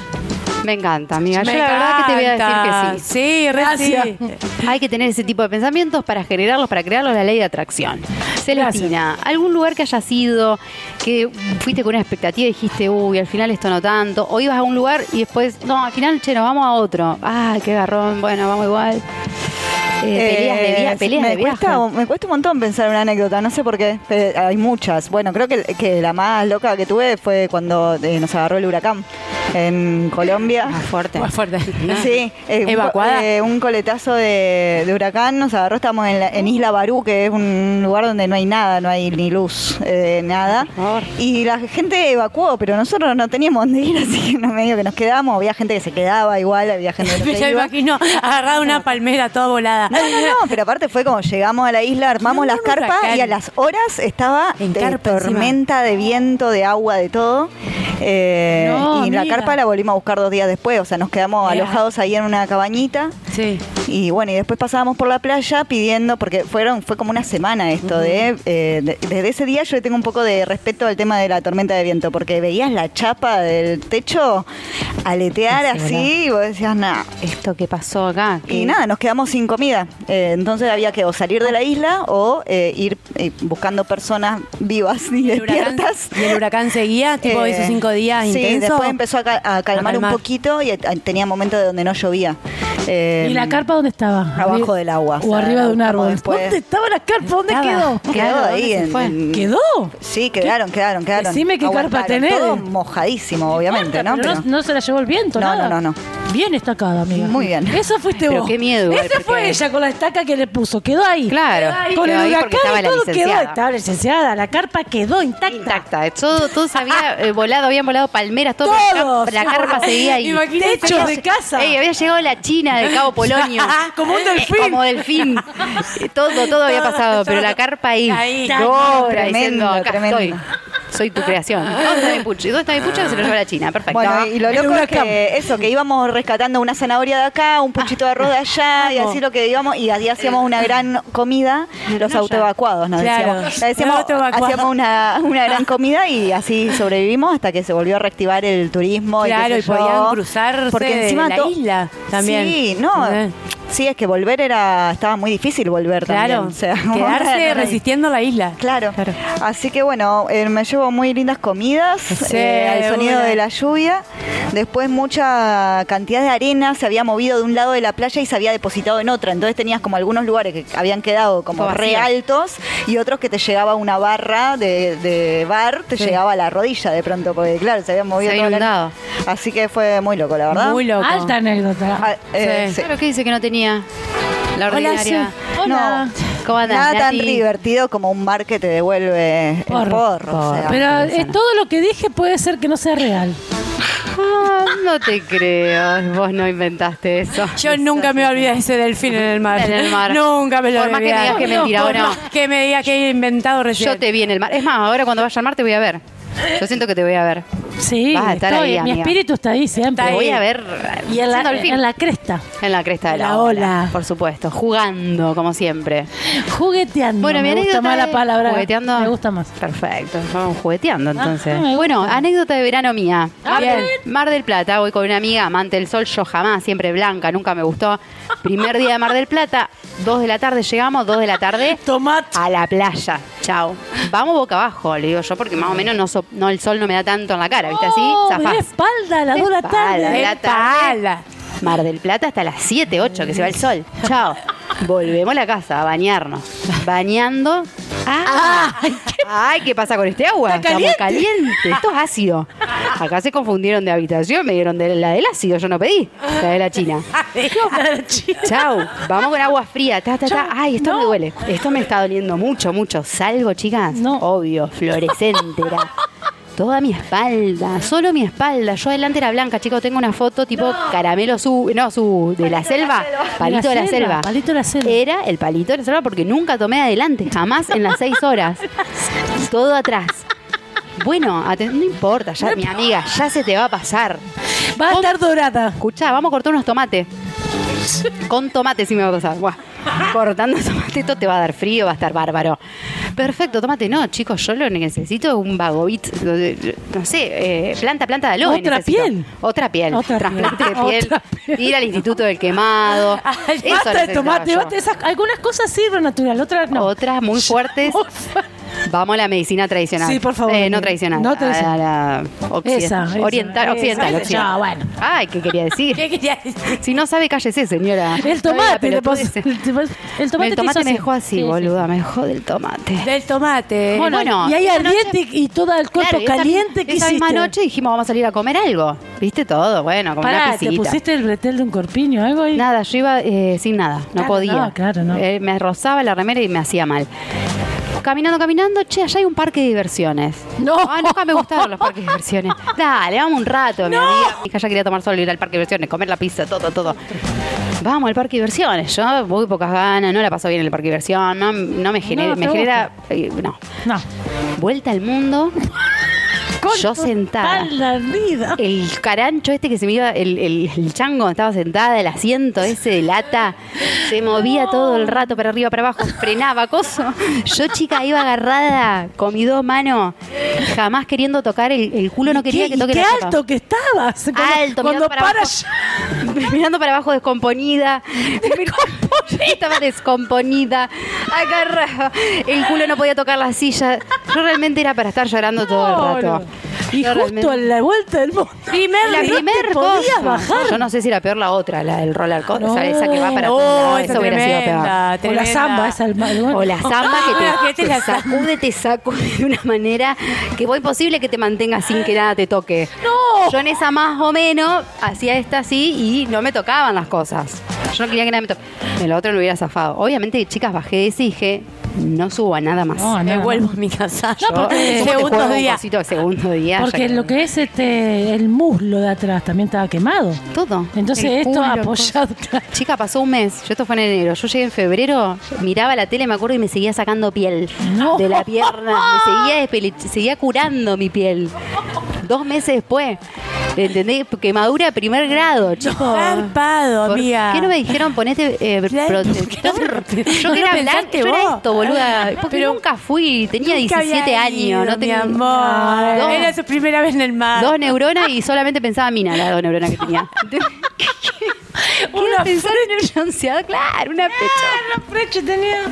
Speaker 1: Me encanta, amiga. Yo la verdad que te voy a decir que sí.
Speaker 3: Sí, re
Speaker 2: Gracias.
Speaker 3: sí.
Speaker 1: Hay que tener ese tipo de pensamientos para generarlos, para crearlos la ley de atracción. Celestina, algún lugar que hayas ido, que fuiste con una expectativa y dijiste, uy, al final esto no tanto, o ibas a un lugar y después, no, al final, che, nos vamos a otro. Ay, qué garrón, bueno, vamos igual. Eh, peleas de, via-
Speaker 7: Eh,
Speaker 1: peleas
Speaker 7: me
Speaker 1: de viaje.
Speaker 7: cuesta, Me cuesta un montón pensar una anécdota, no sé por qué. pe- hay muchas. Bueno, creo que, que la más loca que tuve fue cuando eh, nos agarró el huracán. en Colombia.
Speaker 8: Más fuerte.
Speaker 3: Más fuerte. Ah.
Speaker 7: Sí, eh, un co-
Speaker 3: Evacuada.
Speaker 7: eh, un coletazo de, de huracán nos agarró, estamos en, la- en Isla Barú, que es un lugar donde no hay nada, no hay ni luz, eh, nada. Y la gente evacuó, pero nosotros no teníamos dónde ir, así que no, medio que nos quedamos. Había gente que se quedaba igual, había gente que no
Speaker 3: Me
Speaker 7: se
Speaker 3: la
Speaker 7: iba.
Speaker 3: imagino agarrada una palmera toda volada.
Speaker 7: No, no, no, pero aparte fue como llegamos a la isla, armamos
Speaker 3: No,
Speaker 7: las
Speaker 3: no,
Speaker 7: carpas
Speaker 3: huracán.
Speaker 7: y a las horas estaba
Speaker 3: En
Speaker 7: de
Speaker 3: carpa encima.
Speaker 7: tormenta de viento, de agua, de todo. Eh,
Speaker 2: No,
Speaker 7: y la
Speaker 2: amiga.
Speaker 7: carpa la volvimos a buscar dos días después, o sea, nos quedamos
Speaker 3: Ea.
Speaker 7: alojados ahí en una cabañita.
Speaker 3: Sí.
Speaker 7: Y bueno, y después pasábamos por la playa pidiendo, porque fueron fue como una semana esto de, eh, de- Desde ese día yo le tengo un poco de respeto al tema de la tormenta de viento, porque veías la chapa del techo aletear
Speaker 3: Sí,
Speaker 7: así y vos decías, nada.
Speaker 8: Esto que pasó acá.
Speaker 7: Y nada, nos quedamos sin comida. Eh, entonces había que o salir de la isla o eh, ir eh, buscando personas vivas y
Speaker 3: ¿Y el huracán,
Speaker 7: despiertas.
Speaker 3: y el huracán seguía? ¿Tipo
Speaker 7: Eh,
Speaker 3: esos cinco días
Speaker 7: sí,
Speaker 3: intensos?
Speaker 7: después empezó a, ca- a calmar un
Speaker 3: calmar.
Speaker 7: poquito y eh, tenía momentos de donde no llovía. Eh,
Speaker 2: ¿Y
Speaker 1: Em,
Speaker 2: la carpa dónde estaba?
Speaker 7: Abajo del agua.
Speaker 2: O
Speaker 7: O sea,
Speaker 2: arriba de un
Speaker 7: buscamos
Speaker 2: árbol.
Speaker 7: después.
Speaker 2: ¿Dónde estaba la carpa? ¿Dónde
Speaker 3: Estaba.
Speaker 2: quedó?
Speaker 7: Quedó
Speaker 8: Claro,
Speaker 7: ahí
Speaker 8: ¿dónde se
Speaker 7: en-
Speaker 8: fue?
Speaker 7: en-
Speaker 2: ¿Quedo?
Speaker 7: Sí, quedaron, quedaron, quedaron.
Speaker 2: Decime qué carpa
Speaker 7: Aguantaron.
Speaker 2: tenés.
Speaker 7: Todo mojadísimo, obviamente, ¿no?
Speaker 2: Pero no,
Speaker 7: Pero-
Speaker 2: no se la llevó el viento,
Speaker 7: No,
Speaker 2: nada.
Speaker 7: no, no,
Speaker 2: Bien estacada, amiga.
Speaker 7: Muy bien.
Speaker 2: Esa fuiste
Speaker 1: Pero
Speaker 2: vos.
Speaker 1: qué miedo, igual,
Speaker 2: Esa fue
Speaker 1: porque-
Speaker 2: ella con la estaca que le puso. Quedó ahí.
Speaker 1: Claro,
Speaker 2: Quedó ahí.
Speaker 1: quedó
Speaker 2: Con el
Speaker 1: ahí porque
Speaker 2: huracán
Speaker 1: estaba
Speaker 2: y
Speaker 1: la
Speaker 2: todo
Speaker 1: licenciada.
Speaker 2: quedó. Estaba la licenciada. La carpa quedó intacta.
Speaker 1: Intacta, eh, todo, todo se había eh, volado, habían volado palmeras, todo,
Speaker 2: Todos.
Speaker 1: pero la carpa- la carpa seguía ahí.
Speaker 2: Imagínate, techos de casa.
Speaker 1: Ey, había llegado la China de Cabo Polonio.
Speaker 3: Como un
Speaker 1: Eh,
Speaker 3: delfín.
Speaker 1: como delfín. Eh, Todo, todo había
Speaker 3: Todo,
Speaker 1: pasado, pero
Speaker 3: todo.
Speaker 1: la carpa ahí.
Speaker 3: Ahí.
Speaker 1: Dora,
Speaker 7: Tremendo,
Speaker 1: diciendo, acá
Speaker 7: tremendo.
Speaker 1: estoy. Soy tu creación. ¿Dónde está mi pucho? ¿Dónde está mi pucho? Se lo lleva la China. Perfecto.
Speaker 7: Bueno, y lo
Speaker 2: El
Speaker 7: loco es
Speaker 2: huracán.
Speaker 7: que eso, que íbamos rescatando una zanahoria de acá, un puchito de arroz de allá, y así lo que íbamos, y así hacíamos una gran comida, los autoevacuados, nos
Speaker 3: Claro,
Speaker 7: decíamos. Le decíamos,
Speaker 3: autoevacuado.
Speaker 7: hacíamos una, una gran comida y así sobrevivimos hasta que se volvió a reactivar el turismo. y qué
Speaker 3: Claro,
Speaker 7: sé
Speaker 3: y podían
Speaker 7: yo.
Speaker 3: cruzarse de la
Speaker 7: to-
Speaker 3: isla también.
Speaker 7: Sí, no,
Speaker 3: Eh.
Speaker 7: sí, es que volver era, estaba muy difícil volver
Speaker 3: Claro.
Speaker 7: también. o sea,
Speaker 3: Quedarse resistiendo la isla.
Speaker 7: Claro. Así que bueno, eh, me llevo muy lindas comidas,
Speaker 3: Sí,
Speaker 7: eh, al sonido
Speaker 3: una.
Speaker 7: de la lluvia. Después mucha cantidad de arena se había movido de un lado de la playa y se había depositado en otra. Entonces tenías como algunos lugares que habían quedado como
Speaker 1: Todo
Speaker 7: re
Speaker 1: vacío.
Speaker 7: altos y otros que te llegaba una barra de, de bar, te llegaba a la rodilla de pronto, porque claro, se había movido
Speaker 1: había
Speaker 7: toda la-
Speaker 1: inundado.
Speaker 7: Así que fue muy loco, la verdad.
Speaker 3: Muy loco.
Speaker 2: Alta anécdota.
Speaker 7: Ah, eh,
Speaker 3: Sí.
Speaker 7: sí.
Speaker 1: Claro, ¿qué dice que no tenía? La ordinaria.
Speaker 7: No,
Speaker 2: Hola.
Speaker 1: ¿Cómo andás,
Speaker 7: Nada tan
Speaker 1: Nati?
Speaker 7: divertido como un mar que te devuelve el porro.
Speaker 2: Porro.
Speaker 7: o sea.
Speaker 2: Pero eh, todo lo que dije puede ser que no sea real.
Speaker 1: Ah, no te creo. Vos no inventaste eso.
Speaker 3: Yo nunca me voy a olvidar ese delfín en el mar.
Speaker 1: En el mar.
Speaker 3: Nunca me lo
Speaker 1: Por más que
Speaker 3: voy a
Speaker 1: me digas
Speaker 3: olvidar.
Speaker 1: que es mentira,
Speaker 3: Por
Speaker 1: ¿o no?
Speaker 3: más que me digas que he inventado recién.
Speaker 1: Yo te vi en el mar. Es más, ahora cuando vaya al mar te voy a ver. Yo siento que te voy a ver.
Speaker 2: Sí,
Speaker 1: Vas a estar
Speaker 2: estoy-
Speaker 1: ahí,
Speaker 2: mi
Speaker 1: amiga.
Speaker 2: espíritu está ahí siempre.
Speaker 1: Te voy a ver
Speaker 2: Y en
Speaker 1: haciendo
Speaker 2: la,
Speaker 1: el fin.
Speaker 2: en la cresta,
Speaker 1: En la cresta de la,
Speaker 3: La
Speaker 1: ola.
Speaker 3: ola.
Speaker 1: Por supuesto, jugando como siempre.
Speaker 2: jugueteando.
Speaker 1: Bueno, mi
Speaker 2: me gusta
Speaker 1: anécdota
Speaker 2: más la
Speaker 1: es-
Speaker 2: palabra.
Speaker 1: Jugueteando.
Speaker 2: Me gusta más.
Speaker 1: Perfecto, vamos jugueteando entonces.
Speaker 2: Ah, me gusta. Ah,
Speaker 1: bueno, anécdota de verano mía.
Speaker 2: A
Speaker 1: Mar,
Speaker 2: ver.
Speaker 1: del, Mar del Plata, voy con una amiga, amante del sol, yo jamás, siempre blanca, nunca me gustó. Primer día de Mar del Plata, dos de la tarde llegamos, dos de la tarde.
Speaker 2: Tomate.
Speaker 1: A la playa, chao. Vamos boca abajo, le digo yo, porque más o menos no, so- no el sol no me da tanto en la cara, ¿viste? Así,
Speaker 2: Oh, me
Speaker 1: zafás.
Speaker 2: dio espalda a las dos de la
Speaker 1: Espalda,
Speaker 2: tarde.
Speaker 1: de la tarde. Mar del Plata hasta las 7, 8, que se va el sol. Chao. Volvemos a la casa a bañarnos. Bañando. ¡Ah! ¡Ay! ¿Qué pasa con este agua? Está muy caliente. Esto es ácido. Acá se confundieron de habitación, me dieron de la del ácido, yo no pedí. La de la China. Chau, vamos con agua fría. Ta, ta, ta. Ay, esto me duele. Esto me está doliendo mucho, mucho. Salgo, chicas.
Speaker 2: No.
Speaker 1: Obvio, fluorescente era. Toda mi espalda, solo mi espalda. Yo adelante era blanca, chicos. Tengo una foto tipo caramelo su, no, su de la selva, palito de la selva.
Speaker 2: Palito de la selva.
Speaker 1: Era el palito de la selva porque nunca tomé adelante, jamás en las seis horas. Todo atrás. Bueno, aten- no importa, ya mi amiga, ya se te va a pasar.
Speaker 2: Va a
Speaker 1: Con-
Speaker 2: estar dorada.
Speaker 1: Escuchá, vamos a cortar unos tomates. Con tomate sí me va a pasar. Buah. Cortando tomate, esto te va a dar frío, va a estar bárbaro. Perfecto, tomate. No, chicos, yo lo necesito un bagobit. No sé, eh, planta, planta de aloe.
Speaker 2: Otra
Speaker 1: necesito.
Speaker 2: piel.
Speaker 1: Otra piel.
Speaker 2: Otra
Speaker 1: Trasplante de
Speaker 2: piel.
Speaker 1: piel.
Speaker 2: Otra piel.
Speaker 1: Ir al instituto del quemado.
Speaker 2: Ay,
Speaker 1: Eso
Speaker 2: basta de
Speaker 1: necesitaba
Speaker 2: tomate.
Speaker 1: yo.
Speaker 2: basta de esas- algunas cosas sirven natural, otras no.
Speaker 1: Otras muy fuertes. Vamos a la medicina tradicional.
Speaker 2: Sí, por favor.
Speaker 1: Eh, no tradicional.
Speaker 2: No
Speaker 1: a-
Speaker 2: tradicional.
Speaker 1: A la occi-
Speaker 2: Esa, esa,
Speaker 1: oriental.
Speaker 2: esa.
Speaker 1: occidental,
Speaker 2: Esa,
Speaker 1: occidental.
Speaker 2: bueno.
Speaker 1: Ay, ¿qué quería decir?
Speaker 3: ¿Qué querías decir?
Speaker 1: Si no sabe, cállese, señora.
Speaker 2: El
Speaker 1: Todavía
Speaker 2: tomate, le pasó-
Speaker 1: pelotudece.
Speaker 2: el tomate, el tomate
Speaker 1: El
Speaker 2: te hizo
Speaker 1: tomate me
Speaker 2: así.
Speaker 1: dejó así,
Speaker 2: Sí, sí.
Speaker 1: boluda. Me dejó del tomate.
Speaker 3: Del tomate.
Speaker 1: Bueno,
Speaker 2: y hay
Speaker 1: esa noche-
Speaker 2: ardiente y todo el cuerpo
Speaker 1: Claro, y esa-
Speaker 2: caliente que
Speaker 1: Esa
Speaker 2: hiciste.
Speaker 1: misma noche dijimos, vamos a salir a comer algo. ¿Viste todo? Bueno, como una
Speaker 2: Pará, ¿te
Speaker 1: pisita.
Speaker 2: pusiste el bretel de un corpiño algo ahí?
Speaker 1: Nada, yo iba eh, sin nada, no
Speaker 2: Claro,
Speaker 1: podía.
Speaker 2: no, claro, no.
Speaker 1: Eh, me rozaba la remera y me hacía mal. Caminando, caminando, che, allá hay un parque de diversiones.
Speaker 2: No.
Speaker 1: Ah, nunca me gustaron los parques de diversiones. Dale, vamos un rato, mi amiga. Mi hija ya quería tomar sol, ir al parque de diversiones, comer la pizza, todo, todo. Vamos al parque de diversiones. Yo muy pocas ganas, no la paso bien en el parque de diversión, no, no me genera.
Speaker 2: No,
Speaker 1: me
Speaker 2: te
Speaker 1: genera. eh, no.
Speaker 2: No.
Speaker 1: Vuelta al mundo. yo
Speaker 2: tu
Speaker 1: sentada.
Speaker 2: espalda ardida.
Speaker 1: El carancho este que se me iba, el, el- el chango, estaba sentada, el asiento ese de lata, se movía todo el rato para arriba, para abajo, frenaba, coso. Yo, chica, iba agarrada con mis dos manos, jamás queriendo tocar el, el culo, no quería
Speaker 2: ¿Qué,
Speaker 1: que toque
Speaker 2: y qué
Speaker 1: la tapa.
Speaker 2: alto que estabas. Cuando,
Speaker 1: Alto,
Speaker 2: cuando
Speaker 1: mirando para
Speaker 2: paras.
Speaker 1: abajo. Mirando para abajo descomponida. Estaba descomponida. Agarraba. El culo no podía tocar la silla. Yo realmente era para estar llorando todo el
Speaker 2: No,
Speaker 1: rato.
Speaker 2: no. Y
Speaker 1: Yo
Speaker 2: justo
Speaker 1: realmente-
Speaker 2: a la vuelta del mundo.
Speaker 1: la
Speaker 2: no
Speaker 1: primer
Speaker 2: te podías
Speaker 1: cosa.
Speaker 2: bajar. Ah,
Speaker 1: Yo no sé si era peor la otra, la del roller coaster, o sea, esa que va para
Speaker 3: No,
Speaker 1: todos lados,
Speaker 3: esa
Speaker 1: eso hubiera sido peor.
Speaker 3: tremenda.
Speaker 2: O la
Speaker 3: Tremenda.
Speaker 2: samba, esa alma.
Speaker 1: Ah, O la samba
Speaker 3: Ah,
Speaker 1: que te,
Speaker 3: que te
Speaker 1: te
Speaker 3: la-
Speaker 1: sacude, te sacude de una manera que fue imposible que te mantengas sin que nada te toque.
Speaker 2: No.
Speaker 1: Yo en esa más o menos hacía esta así y no me tocaban las cosas. Yo no quería que nada me toque. En la otra lo hubiera zafado. Obviamente, chicas, bajé de ese y dije, no subo a nada más.
Speaker 2: No,
Speaker 3: Me
Speaker 2: no,
Speaker 3: vuelvo a mi casa.
Speaker 2: No, porque-
Speaker 1: Yo-
Speaker 2: Segundo
Speaker 1: te juego un
Speaker 3: día.
Speaker 1: cosito de segundo día. ya
Speaker 2: Porque
Speaker 1: que-
Speaker 2: lo que es este el muslo de atrás también estaba quemado.
Speaker 1: Todo.
Speaker 2: Entonces
Speaker 1: El
Speaker 2: esto
Speaker 1: culo,
Speaker 2: apoyado. claro.
Speaker 1: Chica, pasó un mes. Yo esto fue en enero. Yo llegué en febrero, miraba la tele, me acuerdo, y me seguía sacando piel
Speaker 2: No.
Speaker 1: de la pierna. Me seguía, despele- seguía curando mi piel. Dos meses después. ¿Entendés? Quemadura primer grado, chicos.
Speaker 3: Zarpado,
Speaker 1: ¿Por
Speaker 3: amiga.
Speaker 1: qué no me dijeron ponete eh,
Speaker 3: Claro, ¿por qué
Speaker 1: protector?
Speaker 3: no te-
Speaker 1: Yo
Speaker 3: no
Speaker 1: que
Speaker 3: lo
Speaker 1: era blanca,
Speaker 3: pensaste
Speaker 1: yo era
Speaker 3: vos?
Speaker 1: esto, boluda. Porque
Speaker 3: Pero
Speaker 1: nunca fui, tenía
Speaker 3: Nunca había
Speaker 1: 17
Speaker 3: ido,
Speaker 1: años. No
Speaker 3: mi
Speaker 1: tenía
Speaker 3: amor.
Speaker 1: Dos-
Speaker 3: Era su primera vez en el mar.
Speaker 1: dos neuronas y solamente pensaba mina la dos neuronas que tenía. una pensar en el bronceado, claro, una pecho.
Speaker 2: La frecha tenía.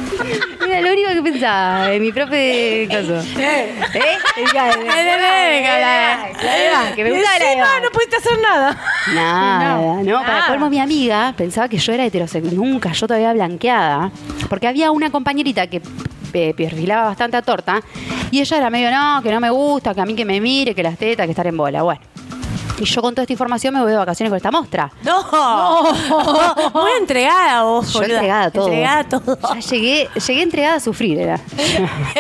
Speaker 1: Era lo único que pensaba, en mi profe coso. ¿Eh? Venga, venga, venga, Que me gustaba la Eva.
Speaker 2: Encima no pudiste hacer nada.
Speaker 1: Nada, no, para
Speaker 2: nada.
Speaker 1: colmo mi amiga pensaba que yo era heterosexual, nunca, yo todavía blanqueada, porque había una compañerita que eh, perfilaba bastante a torta y ella era medio, no, que no me gusta, que a mí que me mire, que las tetas, que estar en bola, bueno. Y yo con toda esta información me voy de vacaciones con esta mostra.
Speaker 3: No. Muy entregada vos,
Speaker 1: Yo
Speaker 3: boluda.
Speaker 1: entregada a todo.
Speaker 3: Entregada a todo.
Speaker 1: Ya llegué, llegué entregada a sufrir, era.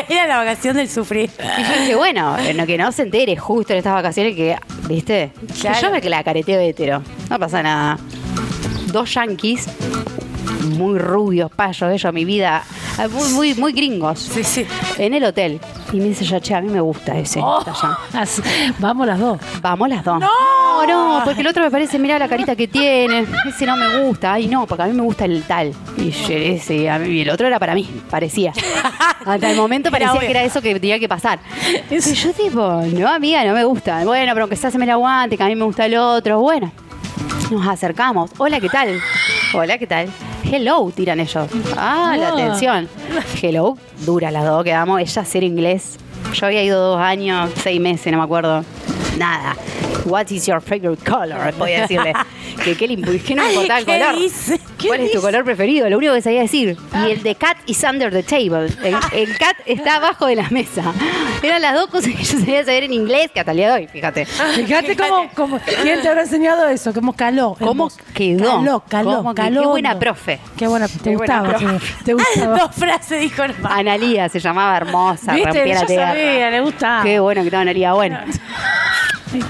Speaker 3: Era la vacación del sufrir.
Speaker 1: Y yo dije, bueno, eh, no, que no se entere justo en estas vacaciones que, ¿viste?
Speaker 3: Claro.
Speaker 1: Yo me la careteo de hetero. No pasa nada. Dos yanquis, muy rubios, payos, ellos, mi vida, ah, muy, muy, muy gringos.
Speaker 3: Sí, sí. Oh.
Speaker 1: En el hotel. Y me dice, ya, che, a mí me gusta ese. allá.
Speaker 2: Así- Vamos las dos.
Speaker 1: Vamos las dos. No, no, porque el otro me parece, mirá la carita que tiene. Ese no me gusta. Ay, no, porque a mí me gusta el tal. Y yo, ese, a mí- y el otro era para mí, parecía. Hasta el momento
Speaker 3: Era
Speaker 1: parecía
Speaker 3: obvio.
Speaker 1: que era eso que tenía que pasar. Y yo tipo, no, amiga, no me gusta. Bueno, pero aunque sea se me la aguante, que a mí me gusta el otro. Bueno, nos acercamos. Hola, ¿qué tal? Hola, ¿qué tal? Hello, tiran ellos. Ah, la
Speaker 2: Ah.
Speaker 1: atención. Hello, dura las dos, quedamos. Ella ser inglés. Yo había ido dos años, seis meses, no me acuerdo. Nada. What is your favorite color? Voy a decirle. que qué le impu- que no me importaba el
Speaker 3: ¿Qué
Speaker 1: color.
Speaker 3: dice? ¿Qué
Speaker 1: ¿Cuál es tu
Speaker 3: dice? Ah.
Speaker 1: color preferido? Lo único que sabía decir. Y el de cat is under the table. El, el cat está abajo de la mesa. Eran las dos cosas que yo sabía saber en inglés que hasta el día de hoy, fíjate.
Speaker 2: Fíjate cómo, cómo- ¿Quién te habrá enseñado eso? ¿Cómo caló? el
Speaker 1: ¿Cómo
Speaker 2: mozo.
Speaker 1: quedó?
Speaker 2: Caló, caló,
Speaker 1: ¿Cómo que-
Speaker 2: caló.
Speaker 1: qué buena
Speaker 2: hondo.
Speaker 1: profe.
Speaker 2: Qué buena, te
Speaker 1: Qué buena
Speaker 2: gustaba.
Speaker 1: profe.
Speaker 2: Te, te gustaba.
Speaker 3: Dos frases dijo nomás.
Speaker 1: Analía se llamaba hermosa,
Speaker 2: Viste,
Speaker 1: rompía la
Speaker 2: yo
Speaker 1: tierra.
Speaker 2: sabía, le gustaba.
Speaker 1: Qué bueno que estaba Analía. Bueno.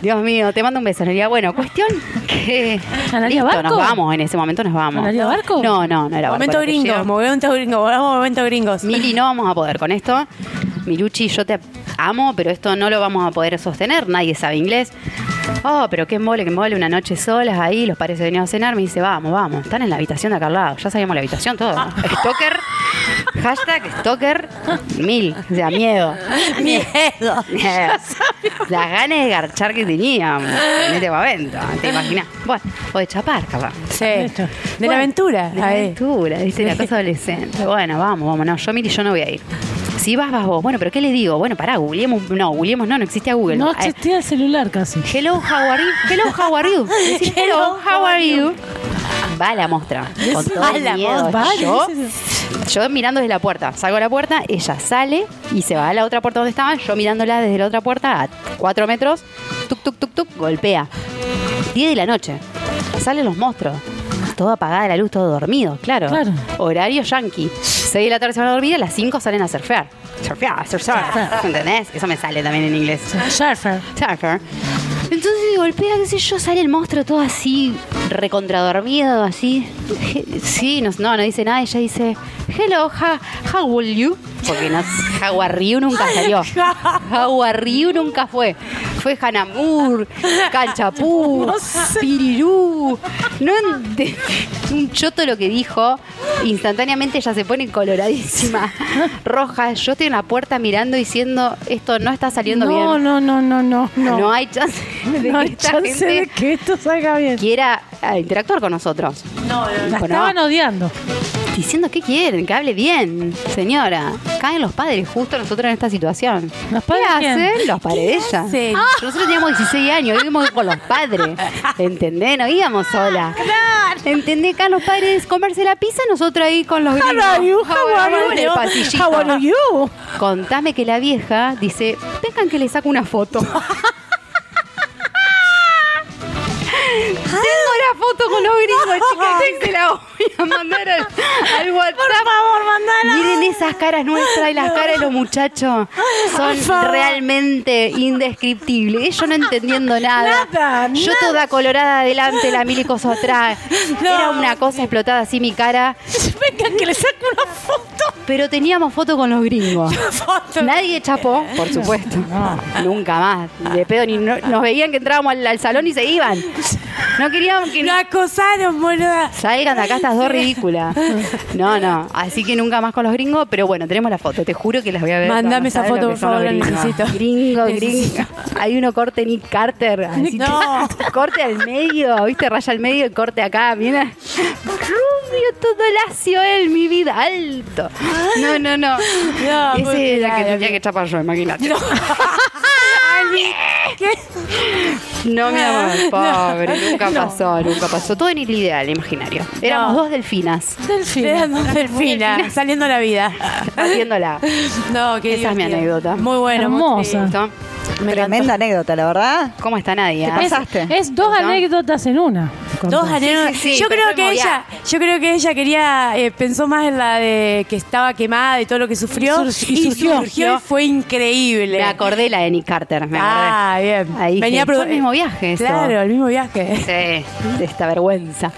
Speaker 1: Dios mío, te mando un beso, Analía. Bueno, cuestión que.
Speaker 2: ¿Analía
Speaker 1: Listo,
Speaker 2: Barco?
Speaker 1: nos vamos, en ese momento nos vamos.
Speaker 2: ¿Analía Barco?
Speaker 1: No, no, no era Barco.
Speaker 3: Momento
Speaker 1: era que
Speaker 3: gringo,
Speaker 1: llegó.
Speaker 3: momento gringo, volvamos a momento gringos.
Speaker 1: Mili, no vamos a poder con esto. Miluchi, yo te amo, pero esto no lo vamos a poder sostener. Nadie sabe inglés. Oh, pero qué mole, qué mole, una noche solas ahí, los padres se venían a cenar. Me dice, vamos, vamos. Están en la habitación de acá al lado. Ya sabíamos la habitación, todo. Stalker, hashtag stalker, mil. O sea, miedo.
Speaker 3: Miedo.
Speaker 1: Las ganas de garchar que teníamos en este momento, te imaginas. Bueno, o de chapar, capaz.
Speaker 3: Sí. De la aventura.
Speaker 1: De la
Speaker 3: a ver.
Speaker 1: aventura, dice la cosa adolescente. Bueno, vamos, vamos. No, yo, Miri, yo no voy a ir. Si vas, vas vos. Bueno, pero ¿qué le digo? Bueno, pará, googleemos. No, googleemos no, no existía Google.
Speaker 2: No
Speaker 1: Eh,
Speaker 2: existía el celular casi.
Speaker 1: Hello, how are you? Hello, how are you? Decir, hello, how are you? Va a la mostra. Con todo
Speaker 3: Va
Speaker 1: el
Speaker 3: la
Speaker 1: miedo.
Speaker 3: mostra,
Speaker 2: vale,
Speaker 1: yo,
Speaker 2: ese
Speaker 1: yo mirando desde la puerta. Salgo a la puerta, ella sale y se va a la otra puerta donde estaba. Yo mirándola desde la otra puerta a cuatro metros. Tuk, tuk, tuk, tuk, golpea. 10 de la noche. Salen los monstruos. Todo apagada la luz, todo dormido, claro.
Speaker 2: Claro.
Speaker 1: Horario yankee. 6 de la tarde se van a dormir y a las 5 salen a surfear. Surfear, surfear. ¿Entendés? Eso me sale también en inglés.
Speaker 2: Surfer.
Speaker 1: Tucker. Entonces golpea, qué sé yo, sale el monstruo todo así, recontradormido, así. Je- Sí, no, no, no dice nada. Ella dice, hello, ha- how will you? Porque no, how are you nunca salió. How are you nunca fue. Fue Hanamur, Canchapú, Pirirú. No ente- un choto lo que dijo. Instantáneamente ella se pone coloradísima, roja. Yo estoy en la puerta mirando diciendo, esto no está saliendo bien
Speaker 2: No, no, no, no, no,
Speaker 1: no,
Speaker 2: no.
Speaker 1: hay chance de que
Speaker 2: No hay
Speaker 1: esta
Speaker 2: chance
Speaker 1: gente
Speaker 2: de que esto salga bien.
Speaker 1: quiera eh, interactuar con nosotros. No,
Speaker 2: La estaban odiando.
Speaker 1: Diciendo que quieren, que hable bien, señora. Caen los padres justo nosotros en esta situación.
Speaker 2: ¿Los padres
Speaker 1: ¿Qué
Speaker 2: quién?
Speaker 1: hacen? Los padres de ella.
Speaker 3: hacen?
Speaker 1: Ah. Nosotros teníamos 16 años, íbamos con los padres. ¿Entendés? No íbamos sola.
Speaker 2: Ah,
Speaker 1: ¿Entendés? Acá los padres comerse la pizza, nosotros ahí con los
Speaker 2: How are you?
Speaker 1: gringos. How are you? En el pasillito.
Speaker 2: How are you?
Speaker 1: Contame que la vieja dice, vengan que le saco una foto. Tengo la foto con los gringos, chicas, se la voy a mandar al, al WhatsApp. Por favor, mandala. Miren esas caras nuestras y las caras de los muchachos. Son realmente indescriptibles. Yo no entendiendo nada.
Speaker 2: Nada,
Speaker 1: Yo toda colorada adelante, la milicoso atrás. Era una cosa explotada así mi cara.
Speaker 2: Venga, que le saco una foto.
Speaker 1: Pero teníamos foto con los gringos.
Speaker 3: Foto.
Speaker 1: Nadie chapó, por supuesto. Nunca más. De pedo ni no- nos veían que entrábamos al, al salón y se iban. No queríamos que
Speaker 3: Lo acosaron, boluda.
Speaker 1: salgan de acá estas dos ridículas. No, no. Así que nunca más con los gringos, pero bueno, tenemos la foto. Te juro que las voy a ver.
Speaker 3: Mandame
Speaker 1: No
Speaker 3: esa
Speaker 1: sabes lo
Speaker 3: foto,
Speaker 1: que
Speaker 3: por
Speaker 1: son los
Speaker 3: favor, la
Speaker 1: gringos.
Speaker 3: necesito.
Speaker 1: Gringo,
Speaker 3: Necesito.
Speaker 1: gringo. Hay uno corte Nick Carter. así
Speaker 3: No.
Speaker 1: que- corte al medio, ¿viste? Raya al medio y corte acá, mira. Rubio, todo lacio él, mi vida, alto. No, no, no.
Speaker 3: No,
Speaker 1: Ese
Speaker 3: porque
Speaker 1: es la que
Speaker 3: nada,
Speaker 1: tendría que chapar yo, imagínate. No. mi amor, pobre, nunca pasó, nunca pasó. Todo en el ideal, imaginario. Éramos
Speaker 3: No.
Speaker 1: dos delfinas,
Speaker 2: Delfina.
Speaker 3: Eran dos delfinas saliendo a la vida.
Speaker 1: haciéndola.
Speaker 3: No, qué
Speaker 1: Esa es mi
Speaker 3: divertido.
Speaker 1: anécdota.
Speaker 3: Muy bueno.
Speaker 2: Hermosa.
Speaker 3: muy-
Speaker 1: ¿Listo?
Speaker 3: Me encantó.
Speaker 7: Tremenda anécdota, la verdad.
Speaker 1: ¿Cómo está Nadia?
Speaker 7: ¿Qué
Speaker 2: Es,
Speaker 7: pasa? Pasaste.
Speaker 2: es dos
Speaker 1: ¿No?
Speaker 2: anécdotas en una. Contá.
Speaker 3: Dos anécdotas.
Speaker 1: sí, sí,
Speaker 3: yo
Speaker 1: pero
Speaker 3: creo
Speaker 1: fue
Speaker 3: que
Speaker 1: moviá.
Speaker 3: ella, yo creo que ella quería, eh, pensó más en la de que estaba quemada y todo lo que sufrió.
Speaker 2: Y sur- y surgió.
Speaker 3: y fue increíble.
Speaker 1: Me acordé la de Nick Carter, me acordé.
Speaker 3: Ah, bien.
Speaker 1: Ahí dije,
Speaker 3: produ-
Speaker 1: fue el mismo viaje eso.
Speaker 3: Claro, el mismo viaje.
Speaker 1: Sí, de esta vergüenza.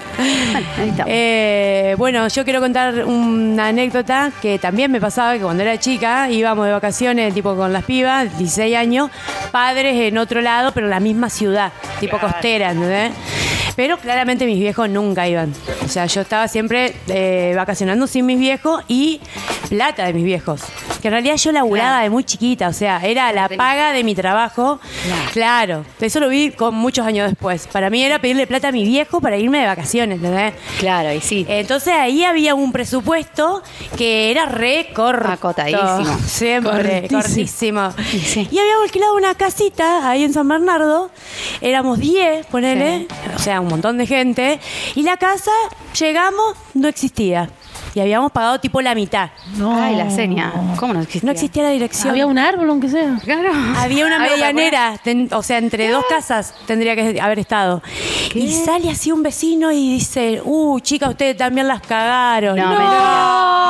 Speaker 1: Bueno, ahí está.
Speaker 3: Eh, bueno, yo quiero contar una anécdota que también me pasaba que cuando era chica íbamos de vacaciones, tipo con las pibas, 16 años, padres en otro lado, pero en la misma ciudad, tipo costera, ¿entendés? Pero claramente mis viejos nunca iban. O sea, yo estaba siempre eh, vacacionando sin mis viejos y plata de mis viejos. Que en realidad yo laburaba
Speaker 1: Claro.
Speaker 3: de muy chiquita, o sea, era la paga de mi trabajo. Claro. Eso lo vi con muchos años después. Para mí era pedirle plata a mi viejo para irme de vacaciones, ¿entendés?
Speaker 1: claro, y sí.
Speaker 3: Entonces ahí había un presupuesto que era re corto.
Speaker 1: Acotadísimo.
Speaker 3: Siempre, cortísimo.
Speaker 1: Y sí.
Speaker 3: Y habíamos alquilado una casita ahí en San Bernardo. Éramos 10, ponele. O sea, un montón de gente. Y la casa, llegamos, no existía. Y habíamos pagado tipo la mitad.
Speaker 2: No.
Speaker 1: Ay, la seña. ¿Cómo no existía?
Speaker 3: No existía la dirección.
Speaker 2: Había un árbol, aunque sea.
Speaker 1: Claro.
Speaker 3: Había una
Speaker 1: Algo para Ah.
Speaker 3: medianera, ten- o sea, entre dos casas tendría que haber estado. Y sale así un vecino y dice, uh, chica, ustedes también las cagaron.
Speaker 1: No,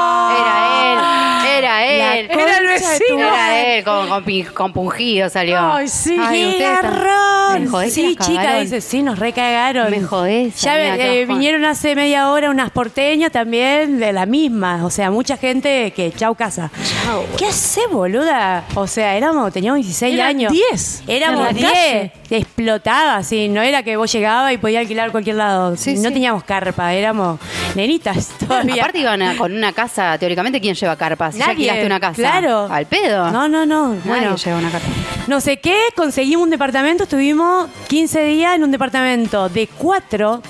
Speaker 1: Era él, era él.
Speaker 3: La Era el concha de tu vecino.
Speaker 1: Era
Speaker 3: madre.
Speaker 1: él, con, con pi- compungido salió.
Speaker 2: Ay, sí.
Speaker 1: Ay,
Speaker 3: ¡Qué
Speaker 1: ustedes están-
Speaker 3: garrón!
Speaker 1: Me jodés que
Speaker 3: Sí,
Speaker 1: las
Speaker 3: chica,
Speaker 1: cagaron.
Speaker 3: dice, sí, nos recagaron.
Speaker 1: Me jodés,
Speaker 3: Ya
Speaker 1: amiga, qué
Speaker 3: eh,
Speaker 1: bajón.
Speaker 3: vinieron hace media hora unas porteñas también de la misma. O sea, mucha gente que chau casa. ¿Qué hace, boluda? O sea, éramos, teníamos 16
Speaker 2: Eran
Speaker 3: años.
Speaker 2: 10.
Speaker 3: Éramos
Speaker 2: En la calle.
Speaker 3: 10. Explotaba, así. No era que vos llegabas y podías alquilar cualquier lado.
Speaker 1: Sí,
Speaker 3: no
Speaker 1: sí.
Speaker 3: teníamos carpa, éramos nenitas todavía.
Speaker 1: Aparte iban a- con una casa, teóricamente, ¿quién lleva carpa? Si ya alquilaste una casa.
Speaker 3: Claro.
Speaker 1: Al pedo.
Speaker 3: No, no, no.
Speaker 1: Nadie
Speaker 3: Bueno,
Speaker 1: lleva una carpa.
Speaker 3: no sé qué, conseguimos un departamento, estuvimos 15 días en un departamento de cuatro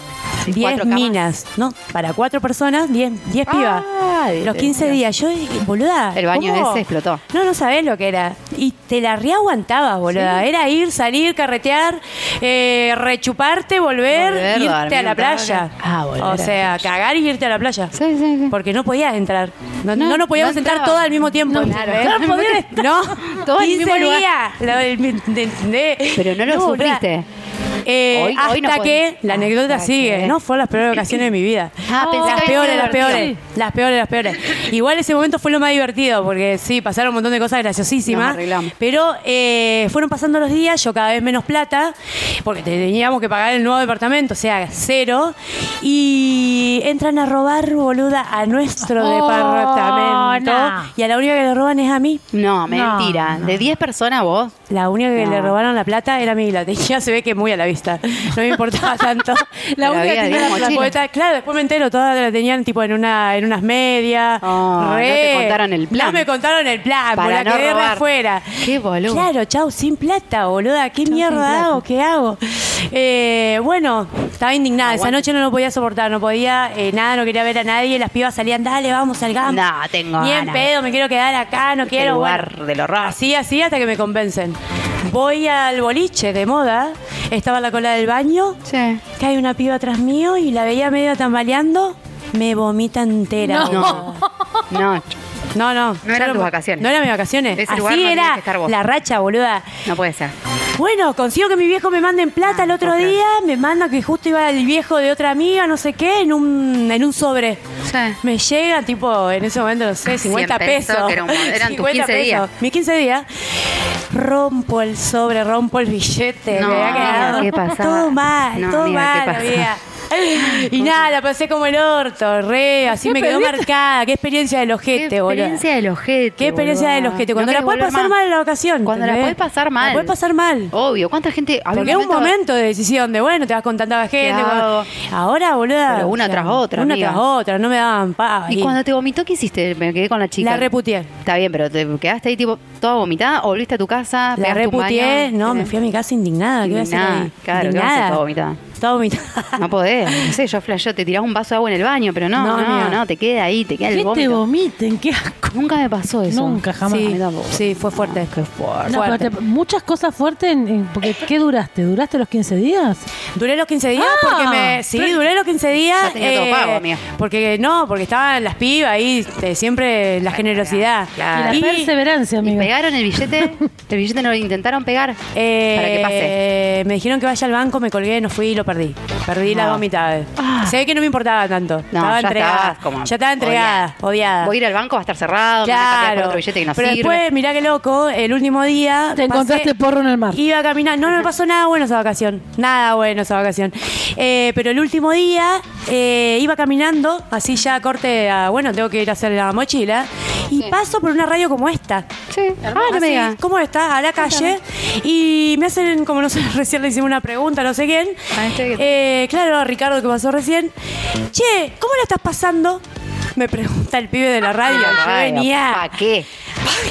Speaker 3: 10
Speaker 1: cuatro camas.
Speaker 3: minas, ¿no? Para cuatro personas, 10 10 pibas.
Speaker 1: Ah, de-
Speaker 3: Los 15
Speaker 1: de-
Speaker 3: días. Yo dije, boluda.
Speaker 1: El baño
Speaker 3: ¿cómo?
Speaker 1: ese explotó.
Speaker 3: No, no sabés lo que era. Y te la reaguantabas, boluda. Era ir, salir, carretear, eh, rechuparte, volver,
Speaker 1: Volver,
Speaker 3: irte a
Speaker 1: dormir,
Speaker 3: la playa.
Speaker 2: Ah, volver a
Speaker 3: O
Speaker 2: la
Speaker 3: sea, cagar y irte a la playa.
Speaker 1: Sí, sí, sí.
Speaker 3: Porque no podías entrar. No, no,
Speaker 1: No,
Speaker 3: nos podíamos
Speaker 1: no
Speaker 3: entrar
Speaker 1: entraba.
Speaker 3: todas al mismo tiempo.
Speaker 1: No,
Speaker 3: ¿entendés?
Speaker 1: claro.
Speaker 3: No, podían estar. No,
Speaker 1: Todas en el
Speaker 3: 15
Speaker 1: mismo lugar.
Speaker 3: días. La- el- de- de-
Speaker 1: Pero no lo
Speaker 3: boluda.
Speaker 1: sufriste.
Speaker 3: Eh,
Speaker 1: Hoy-
Speaker 3: hasta
Speaker 1: hoy no
Speaker 3: que
Speaker 1: podés.
Speaker 3: la anécdota
Speaker 1: Hasta
Speaker 3: sigue.
Speaker 1: que-
Speaker 3: No, fueron las peores ocasiones de mi vida.
Speaker 1: Ah, pensé que
Speaker 3: las
Speaker 1: había
Speaker 3: peores,
Speaker 1: sido
Speaker 3: las peores. Las peores, las peores. Igual ese momento fue lo más divertido, porque sí, pasaron un montón de cosas
Speaker 1: Nos
Speaker 3: graciosísimas.
Speaker 1: arreglamos.
Speaker 3: Pero eh, fueron pasando los días, yo cada vez menos plata, porque teníamos que pagar el nuevo departamento, o sea, cero. Y entran a robar, boluda, a nuestro
Speaker 2: Oh,
Speaker 3: departamento.
Speaker 2: no.
Speaker 3: Y a la única que le roban es a mí.
Speaker 1: No, mentira. De 10 personas vos.
Speaker 3: La única que
Speaker 1: No.
Speaker 3: le robaron la plata era mi La tenía, se ve que muy a la vista. No me importaba tanto. La
Speaker 1: Pero
Speaker 3: única que
Speaker 1: había
Speaker 3: tenía
Speaker 1: diez
Speaker 3: la plata.
Speaker 1: mochilas.
Speaker 3: porque ta- Claro, después me entero, todas la tenían tipo en una en unas medias.
Speaker 1: Ah,
Speaker 3: re.
Speaker 1: no te contaron el plan.
Speaker 3: No me contaron el plan, por
Speaker 1: Para
Speaker 3: la
Speaker 1: no
Speaker 3: quedé re
Speaker 1: robar.
Speaker 3: afuera.
Speaker 1: Qué boludo.
Speaker 3: Claro, chau, sin plata, boluda. ¿Qué
Speaker 1: sin
Speaker 3: mierda
Speaker 1: plata.
Speaker 3: hago? ¿Qué hago? Eh, bueno, estaba indignada. Esa noche no lo podía soportar, no podía, eh, nada, no quería ver a nadie. Las pibas salían, dale, vamos, salgamos.
Speaker 1: No, tengo
Speaker 3: Ni en
Speaker 1: ganas. Este
Speaker 3: pedo, me quiero quedar acá, no quiero.
Speaker 1: lugar del horror.
Speaker 3: Así, así hasta que me convencen. Voy al boliche de moda, estaba en la cola del baño,
Speaker 1: Sí.
Speaker 3: cae una piba atrás mío y la veía medio tambaleando, me vomita entera.
Speaker 2: No.
Speaker 3: boludo.
Speaker 1: No.
Speaker 3: no, no.
Speaker 1: No eran
Speaker 3: Yo
Speaker 1: tus vacaciones.
Speaker 3: No eran mis vacaciones.
Speaker 1: Ese
Speaker 3: así
Speaker 1: lugar no tenías
Speaker 3: era
Speaker 1: que estar vos.
Speaker 3: la racha, boluda.
Speaker 1: No puede ser.
Speaker 3: Bueno, consigo que mi viejo me mande en plata
Speaker 1: Ah,
Speaker 3: el otro
Speaker 1: ok.
Speaker 3: día, me manda que justo iba el viejo de otra amiga, no sé qué, en un, en un sobre.
Speaker 1: Sí.
Speaker 3: Me llega, tipo, en ese momento, no sé, 50
Speaker 1: 100 pesos,
Speaker 3: pesos.
Speaker 1: que era un- eran tus 15 días.
Speaker 3: Mis 15 días. Rompo el sobre, rompo el billete.
Speaker 1: No,
Speaker 3: me había quedado
Speaker 1: ¿qué pasaba?
Speaker 3: Todo mal,
Speaker 1: No,
Speaker 3: todo
Speaker 1: amiga, ¿qué
Speaker 3: mal,
Speaker 1: pasaba?
Speaker 3: amiga. Y nada, la pasé como el orto, re, así
Speaker 2: ¿Qué
Speaker 3: me quedó
Speaker 2: perdiste?
Speaker 3: marcada. Qué experiencia del
Speaker 1: Qué
Speaker 3: ojete, boludo.
Speaker 1: experiencia del ojete.
Speaker 3: Qué experiencia
Speaker 1: boluda.
Speaker 3: del ojete. Cuando
Speaker 1: No
Speaker 3: la puedes
Speaker 1: querés volver
Speaker 3: pasar
Speaker 1: más.
Speaker 3: mal la vacación.
Speaker 1: Cuando la
Speaker 3: ¿entendés?
Speaker 1: puedes pasar mal.
Speaker 3: La puedes pasar mal.
Speaker 1: Obvio. ¿Cuánta gente? había
Speaker 3: Porque es un
Speaker 1: momento-
Speaker 3: momento de decisión de, bueno, te vas con tanta gente.
Speaker 1: hago?
Speaker 3: con- Ahora, boluda.
Speaker 1: Pero una tras otra,
Speaker 3: Una
Speaker 1: amiga.
Speaker 3: tras otra, no me daban paz.
Speaker 1: ¿Y cuando te vomitó qué hiciste? Me quedé con la chica.
Speaker 3: La reputié.
Speaker 1: Está bien, pero te quedaste ahí tipo toda vomitada, o volviste a tu casa,
Speaker 3: La
Speaker 1: pegaste un
Speaker 3: reputié,
Speaker 1: baño.
Speaker 3: no, me fui a mi casa indignada. ¿Qué voy a hacer
Speaker 1: Indignada,
Speaker 3: ahí?
Speaker 1: claro, ¿qué vas a hacer?
Speaker 3: Indignada.
Speaker 1: Toda vomitada.
Speaker 3: Toda vomitada.
Speaker 1: No podés, no sé, yo flasheo, te tirás un vaso de agua en el baño, pero no,
Speaker 3: No,
Speaker 1: no,
Speaker 3: amiga.
Speaker 1: no, te queda ahí, te queda el
Speaker 2: Que te
Speaker 1: vómito.
Speaker 2: vomiten, qué asco.
Speaker 1: Nunca me pasó eso.
Speaker 2: Nunca, jamás.
Speaker 1: Sí,
Speaker 3: Sí, sí, fue fuerte.
Speaker 1: Qué fuerte.
Speaker 2: No, pero
Speaker 3: fuerte.
Speaker 2: te- muchas cosas fuertes, en- en- porque ¿qué duraste? ¿Duraste los 15 días?
Speaker 3: Duré los 15 días
Speaker 2: Ah,
Speaker 3: porque me. Sí,
Speaker 2: pero-
Speaker 3: duré los 15 días. eh,
Speaker 1: Ya tenía todo pago, amiga.
Speaker 3: Porque no, porque estaban las pibas ahí, este, siempre la generosidad.
Speaker 1: claro.
Speaker 2: Y
Speaker 3: Y-
Speaker 2: la perseverancia,
Speaker 1: Ah. ¿Y
Speaker 2: amigo.
Speaker 1: pegaron el billete? ¿El billete no lo intentaron pegar?
Speaker 3: Eh,
Speaker 1: para que pase.
Speaker 3: Me dijeron que vaya al banco, me colgué, no fui y lo perdí. Perdí la
Speaker 1: No. Ah.
Speaker 3: vomitada. Sé que no me importaba tanto.
Speaker 1: No,
Speaker 3: estaba
Speaker 1: ya
Speaker 3: entregada.
Speaker 1: estabas como
Speaker 3: ya estaba entregada, odiada.
Speaker 1: Voy a ir al banco, va a estar cerrado, me van a cambiar por
Speaker 3: Claro.
Speaker 1: otro billete que no
Speaker 3: Pero
Speaker 1: sirve.
Speaker 3: después, mirá qué loco, el último día.
Speaker 2: Te encontraste porro en el mar.
Speaker 3: Iba a caminar. No, no me pasó nada bueno esa vacación. Nada bueno esa vacación. Eh, pero el último día eh, iba caminando, así ya corte a, bueno, tengo que ir a hacer la mochila. Y paso por una radio como esta.
Speaker 1: Sí. Ah, no
Speaker 3: Así,
Speaker 1: me digas.
Speaker 3: ¿Cómo está? A la calle. Y me hacen, como no sé, recién le hicimos una pregunta, no sé quién.
Speaker 1: A este
Speaker 3: Eh, claro, a Ricardo que pasó recién. Che, ¿cómo la estás pasando? Me pregunta el pibe de
Speaker 1: Ah,
Speaker 3: la radio. Yo venía.
Speaker 1: ¿Para qué?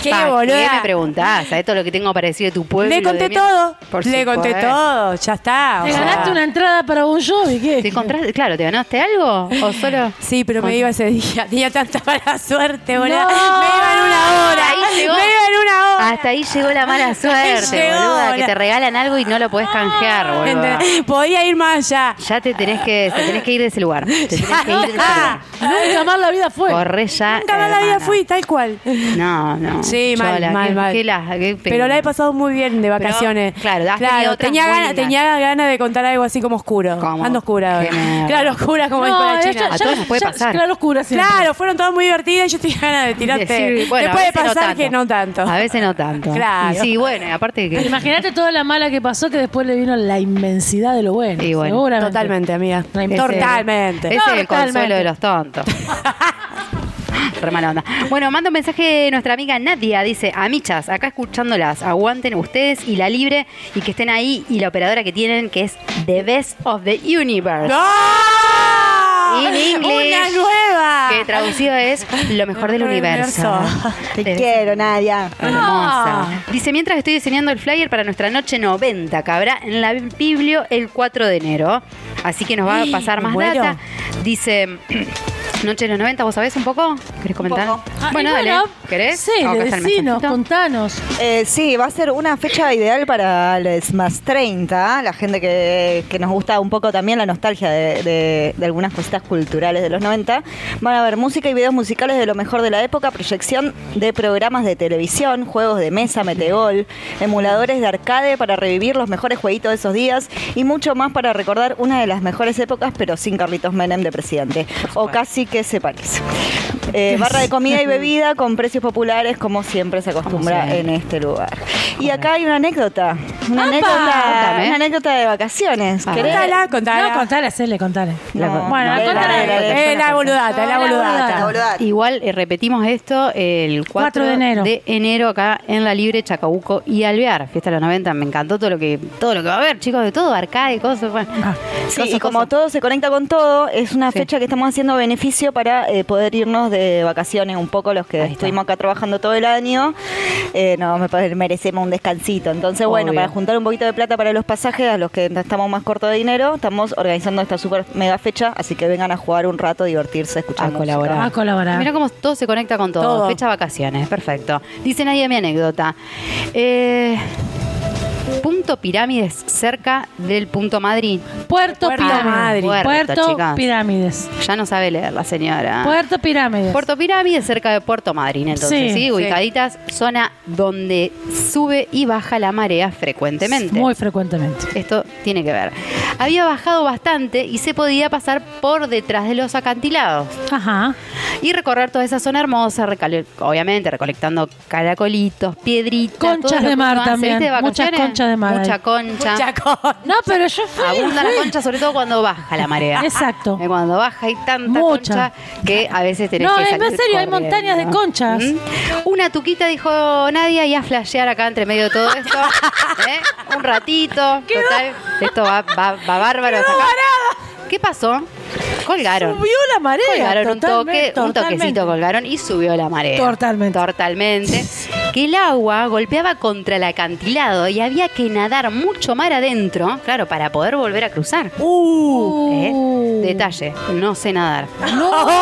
Speaker 3: qué,
Speaker 1: ¿Pa'
Speaker 3: boluda?
Speaker 1: me preguntás? ¿Sabés todo lo que tengo para decir de tu pueblo?
Speaker 3: Le
Speaker 1: y lo de
Speaker 3: conté
Speaker 1: mi-
Speaker 3: todo.
Speaker 1: Por
Speaker 3: Le conté
Speaker 1: supuesto.
Speaker 3: todo. Ya está. o
Speaker 2: Te
Speaker 3: sea.
Speaker 2: ganaste una entrada para un show y qué.
Speaker 1: Ah. ¿Te encontraste? Claro, ¿te ganaste algo? ¿O solo?
Speaker 3: Sí, pero me iba ese día. Tenía tanta mala suerte, boludo.
Speaker 2: No.
Speaker 3: Me iba en una hora.
Speaker 1: Ah, Ahí
Speaker 3: me
Speaker 1: llegó. Ah,
Speaker 3: iba en una hora.
Speaker 1: Hasta ahí llegó la mala suerte,
Speaker 3: llegó
Speaker 1: boluda. Que
Speaker 3: la-
Speaker 1: te regalan algo y no lo podés canjear, boluda.
Speaker 3: Entendés, Podía ir más allá.
Speaker 1: Ya te tenés que, te tenés que ir de ese lugar. Te tenés que ir de ese lugar.
Speaker 2: Nunca más la vida fue.
Speaker 1: Corre ya.
Speaker 3: Nunca más la vida
Speaker 1: eh, hermana.
Speaker 3: fui, tal cual.
Speaker 1: No, no.
Speaker 3: Sí, mal,
Speaker 1: Chola,
Speaker 3: mal,
Speaker 1: qué-
Speaker 3: mal.
Speaker 1: qué la- qué
Speaker 3: Pero
Speaker 1: pena.
Speaker 3: la he pasado muy bien de vacaciones.
Speaker 1: claro, has tenido otras
Speaker 3: tenía
Speaker 1: muy
Speaker 3: ganas
Speaker 1: lindas.
Speaker 3: tenía ganas de contar algo así como oscuro.
Speaker 1: ¿Cómo?
Speaker 3: Ando oscura. ahora.
Speaker 1: Qué mierda.
Speaker 3: Claro, oscura como
Speaker 2: No,
Speaker 3: dijo la
Speaker 2: ya-
Speaker 3: china.
Speaker 1: A
Speaker 2: ya-
Speaker 1: todas nos puede
Speaker 2: ya-
Speaker 1: pasar.
Speaker 2: Claro, oscura siempre.
Speaker 3: Claro, fueron todas muy divertidas y yo tenía ganas de tirarte.
Speaker 1: Decir, bueno,
Speaker 3: Te
Speaker 1: a
Speaker 3: puede
Speaker 1: veces no
Speaker 3: pasar
Speaker 1: tanto.
Speaker 3: que no tanto.
Speaker 1: A veces no tanto.
Speaker 3: Claro.
Speaker 1: Y sí, bueno, y aparte
Speaker 2: Pero
Speaker 1: que.
Speaker 2: Imagínate toda la mala que pasó que después le vino la inmensidad de lo bueno.
Speaker 1: Y bueno,
Speaker 2: seguramente.
Speaker 3: Totalmente, amiga.
Speaker 2: No hay-
Speaker 3: Totalmente.
Speaker 1: Ese es el
Speaker 2: Totalmente.
Speaker 1: consuelo de los tontos. Re mala onda. Bueno, manda un mensaje de nuestra amiga Nadia. Dice, amichas, acá escuchándolas, aguanten ustedes y la libre y que estén ahí y la operadora que tienen que es The Best of the Universe.
Speaker 3: ¡No!
Speaker 1: In English.
Speaker 3: ¡Ah! ¡Una nueva!
Speaker 1: Que traducido es lo mejor del
Speaker 3: Lo mejor del
Speaker 1: universo.
Speaker 3: universo.
Speaker 7: Te
Speaker 1: Debe
Speaker 7: quiero, Nadia.
Speaker 2: Ah.
Speaker 1: Hermosa. Dice, mientras estoy diseñando el flyer para nuestra noche 90, que habrá en la Biblio el 4 de enero. Así que nos va a
Speaker 3: ¡Ey!
Speaker 1: pasar más
Speaker 3: Me muero.
Speaker 1: data. Dice, noche de los 90, ¿vos sabés un poco? ¿Querés comentar?
Speaker 7: poco.
Speaker 2: Ah, y
Speaker 1: Bueno, dale. ¿Querés? Ah,
Speaker 2: Sí,
Speaker 1: Vamos a pasar el
Speaker 2: decinos,
Speaker 1: mensajito.
Speaker 2: contanos.
Speaker 7: Eh, sí, va a ser una fecha ideal para los más 30, la gente que, que nos gusta un poco también la nostalgia de, de- de algunas cositas culturales de los 90. Van a ver música y videos musicales de lo mejor de la época, proyección de programas de televisión, juegos de mesa, metegol, emuladores de arcade para revivir los mejores jueguitos de esos días y mucho más para recordar una de las mejores épocas, pero sin Carlitos Menem de presidente. O casi que se parece. Eh, barra de comida y bebida con precios populares, como siempre se acostumbra en este lugar. Y acá hay una anécdota. Una anécdota,
Speaker 1: Contame.
Speaker 7: una anécdota de vacaciones.
Speaker 1: Ah.
Speaker 7: ¿Querés?
Speaker 3: Contala, contala.
Speaker 2: No, contale, hacele, contale.
Speaker 7: No,
Speaker 2: bueno,
Speaker 7: no,
Speaker 2: contala.
Speaker 7: dale, dale, dale.
Speaker 3: Eh, la boludata,
Speaker 2: La
Speaker 3: la
Speaker 2: boludata.
Speaker 3: boludata.
Speaker 7: La boludata.
Speaker 1: Igual eh, repetimos esto el 4,
Speaker 2: de enero.
Speaker 1: enero acá en La Libre, Chacabuco y Alvear. Fiesta de los 90, me encantó todo lo que todo lo que va a haber, chicos, de todo, arcade, cosas. Bueno.
Speaker 2: Ah,
Speaker 7: Sí,
Speaker 1: Cosas,
Speaker 7: y como
Speaker 1: cosas.
Speaker 7: todo se conecta con todo, es una
Speaker 1: Sí.
Speaker 7: fecha que estamos haciendo beneficio para eh, poder irnos de vacaciones un poco los que
Speaker 1: Ahí está.
Speaker 7: estuvimos acá trabajando todo el año. Eh, no, me pare- merecemos un descansito. Entonces, bueno,
Speaker 1: Obvio.
Speaker 7: para juntar un poquito de plata para los pasajes, a los que estamos más cortos de dinero, estamos organizando esta super mega fecha, así que vengan a jugar un rato, divertirse, escuchar
Speaker 1: A
Speaker 7: música.
Speaker 1: colaborar.
Speaker 2: A colaborar.
Speaker 1: Mira cómo todo se conecta con todo.
Speaker 3: Todo.
Speaker 1: Fecha vacaciones, perfecto. Dice nadie mi anécdota. Eh, punto Pirámides cerca del punto Madrid.
Speaker 2: Puerto,
Speaker 3: Puerto
Speaker 2: Pirámides.
Speaker 3: Madrid.
Speaker 1: Puerto,
Speaker 2: Puerto
Speaker 1: chicas.
Speaker 2: Pirámides.
Speaker 1: Ya no sabe leer la señora.
Speaker 2: Puerto Pirámides.
Speaker 1: Puerto Pirámides cerca de Puerto Madryn, entonces,
Speaker 2: Sí,
Speaker 1: sí,
Speaker 2: sí.
Speaker 1: ubicaditas, zona donde sube y baja la marea frecuentemente.
Speaker 2: Muy frecuentemente.
Speaker 1: Esto tiene que ver. Había bajado bastante y se podía pasar por detrás de los acantilados
Speaker 2: Ajá.
Speaker 1: y recorrer toda esa zona hermosa, recale- obviamente recolectando caracolitos, piedritas,
Speaker 2: Conchas
Speaker 1: todo lo
Speaker 2: de
Speaker 1: que
Speaker 2: mar
Speaker 1: uno hace,
Speaker 2: también,
Speaker 1: ¿viste? De
Speaker 2: muchas
Speaker 1: vacaciones.
Speaker 2: conchas de mar ahí.
Speaker 1: Mucha concha.
Speaker 3: Chacón.
Speaker 2: No, pero yo fui.
Speaker 1: Abunda la
Speaker 2: fui.
Speaker 1: concha, sobre todo cuando baja la marea.
Speaker 2: Exacto.
Speaker 1: Eh, Cuando baja hay tanta
Speaker 2: Mucha.
Speaker 1: concha que a veces tenés
Speaker 2: No,
Speaker 1: que
Speaker 2: en
Speaker 1: salir
Speaker 2: serio, hay
Speaker 1: corriendo.
Speaker 2: montañas de conchas.
Speaker 1: ¿Mm? Una tuquita, dijo Nadia, y a flashear acá entre medio de todo esto. ¿eh? Un ratito. Total, esto va, va, va bárbaro. hasta acá. ¿Qué pasó? Colgaron.
Speaker 2: Subió la marea,
Speaker 1: Colgaron un toque,
Speaker 2: totalmente,
Speaker 1: un
Speaker 2: totalmente.
Speaker 1: toquecito colgaron y subió la marea.
Speaker 2: Totalmente.
Speaker 1: Totalmente. Que el agua golpeaba contra el acantilado y había que nadar mucho mar adentro, claro, para poder volver a cruzar.
Speaker 2: Uh.
Speaker 1: ¿Eh? Detalle, no sé nadar.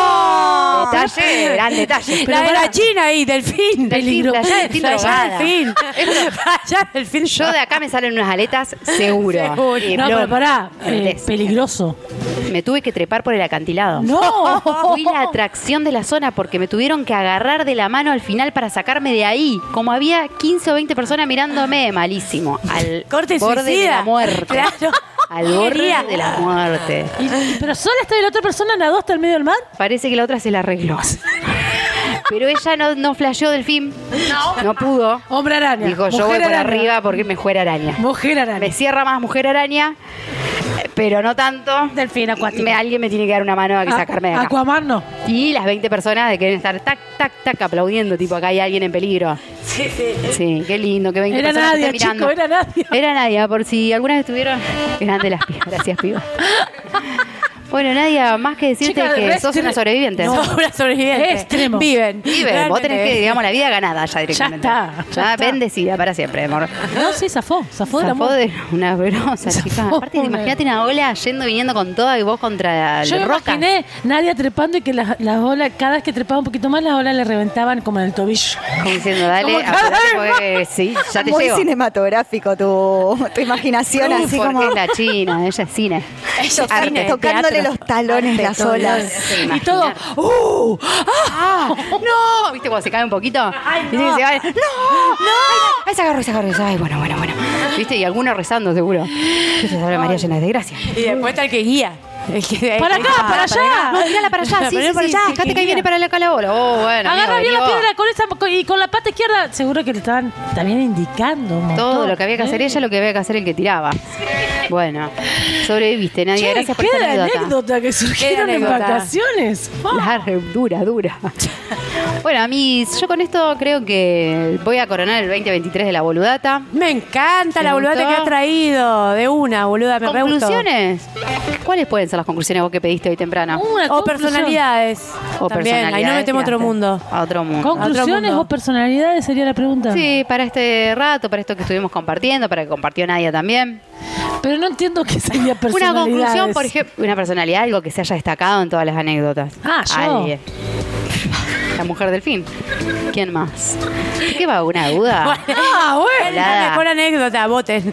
Speaker 1: Detalle, gran detalle.
Speaker 3: La de la China ahí, delfín.
Speaker 1: Delfín, la ya delfín drogada.
Speaker 3: delfín. Allá delfín.
Speaker 1: Yo de acá me salen unas aletas seguro.
Speaker 3: Seguro.
Speaker 1: Y
Speaker 2: No,
Speaker 1: no,
Speaker 2: pero pará. eh,
Speaker 1: es-
Speaker 2: peligroso.
Speaker 1: Me tuve que trepar por el acantilado.
Speaker 2: No.
Speaker 1: Fui la atracción de la zona porque me tuvieron que agarrar de la mano al final para sacarme de ahí. Como había 15 o 20 personas mirándome, malísimo. Al
Speaker 3: Corte
Speaker 1: borde de
Speaker 3: suicida.
Speaker 1: la muerte.
Speaker 3: Claro.
Speaker 1: Al borde
Speaker 3: Quería.
Speaker 1: de la muerte.
Speaker 2: Y- y- pero sola está y la otra persona nadó hasta el medio del mar.
Speaker 1: Parece que la otra se la arregló. Pero ella no, no flasheó del fin. No. pudo.
Speaker 2: Hombre araña.
Speaker 1: Dijo, yo
Speaker 2: mujer
Speaker 1: voy por
Speaker 2: araña,
Speaker 1: arriba porque mejor araña.
Speaker 2: Mujer araña.
Speaker 1: Me cierra más mujer araña, eh, pero no tanto.
Speaker 2: Delfín acuático.
Speaker 1: Me- alguien me tiene que dar una mano a que
Speaker 2: A-
Speaker 1: sacarme de acá.
Speaker 2: Aquaman no.
Speaker 1: Y las 20 personas de quieren estar tac, tac, tac aplaudiendo, tipo acá hay alguien en peligro.
Speaker 3: Sí, sí.
Speaker 1: Sí, qué lindo, que 20
Speaker 2: Era
Speaker 1: personas que
Speaker 2: Nadia,
Speaker 1: están mirando.
Speaker 2: chico, era Nadia.
Speaker 1: Era Nadia, por si alguna vez estuvieron. Eran de las pibas, gracias, pibas. Bueno, Nadia, más que decirte
Speaker 2: Chica,
Speaker 1: que
Speaker 2: re
Speaker 1: sos una
Speaker 2: estre-
Speaker 1: sobreviviente.
Speaker 3: No, una sobreviviente.
Speaker 2: Es extremo.
Speaker 3: Eh, Viven.
Speaker 1: Vive, vos tenés que, digamos, la vida ganada ya directamente. Ah,
Speaker 2: está, ya está.
Speaker 1: bendecida para siempre, amor.
Speaker 2: No, sí, zafó. Zafó del
Speaker 1: Zafó
Speaker 2: amor.
Speaker 1: de una brosa, chica.
Speaker 2: Zafó
Speaker 1: Aparte,
Speaker 2: una-
Speaker 1: imagínate una ola yendo viniendo con toda y vos contra
Speaker 2: Yo
Speaker 1: la
Speaker 2: me
Speaker 1: roca.
Speaker 2: imaginé Nadia trepando y que las, las olas, cada vez que trepaba un poquito más, las olas le reventaban como en el tobillo.
Speaker 1: Como diciendo, dale,
Speaker 2: Como cada
Speaker 1: apurate,
Speaker 2: vez
Speaker 1: porque sí, ya Ah, te
Speaker 7: Muy
Speaker 1: llevo.
Speaker 7: cinematográfico tu, tu imaginación,
Speaker 1: Sí,
Speaker 7: así
Speaker 1: porque
Speaker 7: como
Speaker 1: es la China, ella es cine.
Speaker 7: tocar-
Speaker 1: cine,
Speaker 7: tocándole los talones las olas.
Speaker 2: Y todo, ¡uh!
Speaker 1: ¡Ah! ¡No! ¿Viste cuando se cae un poquito? Dice que se va, ¡No! ¡No! Ahí se agarró, se agarró. se agarró. Ay, bueno, bueno, bueno. ¿Viste? Y algunos rezando, seguro. Jesús, Salve María llena de gracia.
Speaker 3: Y después está el que guía. El que-
Speaker 2: ¡Para
Speaker 3: el
Speaker 2: acá,
Speaker 3: que-
Speaker 2: para allá!
Speaker 1: No, tirala para allá. Sí,
Speaker 3: Pero
Speaker 1: sí,
Speaker 3: para
Speaker 1: sí.
Speaker 3: allá,
Speaker 1: Fíjate que ahí
Speaker 3: querida.
Speaker 1: viene para la calabola. Oh, bueno.
Speaker 2: Agarra
Speaker 1: amigo,
Speaker 2: bien
Speaker 1: vení
Speaker 2: la
Speaker 1: vos.
Speaker 2: piedra con esa, y con la pata izquierda, seguro que le estaban también indicando. un
Speaker 1: Todo
Speaker 2: montón,
Speaker 1: lo que había que hacer
Speaker 2: ¿eh?
Speaker 1: ella, lo que había que hacer el que tiraba. Bueno, sobreviviste, Nadia.
Speaker 2: Che,
Speaker 1: gracias por
Speaker 2: qué
Speaker 1: esta
Speaker 2: anécdota.
Speaker 1: anécdota.
Speaker 2: que surgieron en
Speaker 3: anécdota.
Speaker 2: vacaciones. Ah.
Speaker 1: Larga, dura, dura. Bueno, a mí, yo con esto creo que voy a coronar el 2023 de la boludata.
Speaker 3: Me encanta
Speaker 1: ¿Te
Speaker 3: la boludata
Speaker 1: gustó?
Speaker 3: que has traído. De una, boluda, me re gustó.
Speaker 1: Conclusiones. ¿Cuáles pueden ser las conclusiones vos que pediste hoy temprano?
Speaker 2: Una
Speaker 3: O
Speaker 2: conclusión.
Speaker 3: personalidades.
Speaker 1: O
Speaker 3: Uh, también. Ahí
Speaker 1: personalidades,
Speaker 3: nos metemos a otro
Speaker 1: tiraste.
Speaker 3: mundo.
Speaker 1: A otro mundo.
Speaker 2: ¿Conclusiones
Speaker 3: mundo.
Speaker 2: o personalidades sería la pregunta?
Speaker 1: Sí, para este rato, para esto que estuvimos compartiendo, para que compartió Nadia también.
Speaker 2: Pero no entiendo qué sería
Speaker 1: Una
Speaker 2: personalidades.
Speaker 1: conclusión, por ejemplo, una personalidad, algo que se haya destacado en todas las anécdotas.
Speaker 2: Ah, yo.
Speaker 1: Alguien. La mujer del fin. ¿Quién más? ¿Qué va? ¿Una duda?
Speaker 3: Ah, bueno. Es la
Speaker 1: Nada.
Speaker 3: mejor anécdota, voten.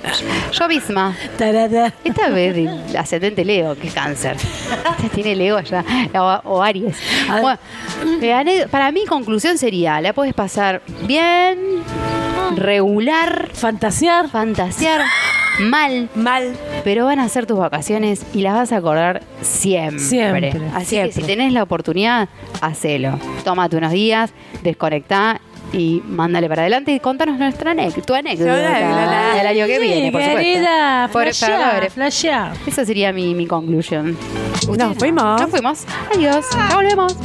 Speaker 1: Yo misma.
Speaker 2: Tarara.
Speaker 1: Esta vez de ascendente Leo, que es cáncer. Esta tiene Leo allá, o, o Aries.
Speaker 2: A ver.
Speaker 1: Bueno, eh, ane- para mí, conclusión sería: la puedes pasar bien, regular,
Speaker 2: Fantasear.
Speaker 1: fantasear, mal,
Speaker 3: Mal.
Speaker 1: pero van a ser tus vacaciones y las vas a acordar siempre.
Speaker 2: Siempre,
Speaker 1: Así que
Speaker 2: siempre.
Speaker 1: si tenés la oportunidad, hacelo. Tómate unos días, desconectá y mándale para adelante y contanos nuestra anécdota, tu anécdota
Speaker 3: la- la- la-
Speaker 1: del año que
Speaker 2: Sí,
Speaker 1: viene, por supuesto.
Speaker 2: querida,
Speaker 1: Por
Speaker 2: flashea,
Speaker 1: favor.
Speaker 2: flashea.
Speaker 1: Esa sería mi, mi conclusión.
Speaker 3: Nos fuimos.
Speaker 1: Nos fuimos. Adiós. Ya volvemos.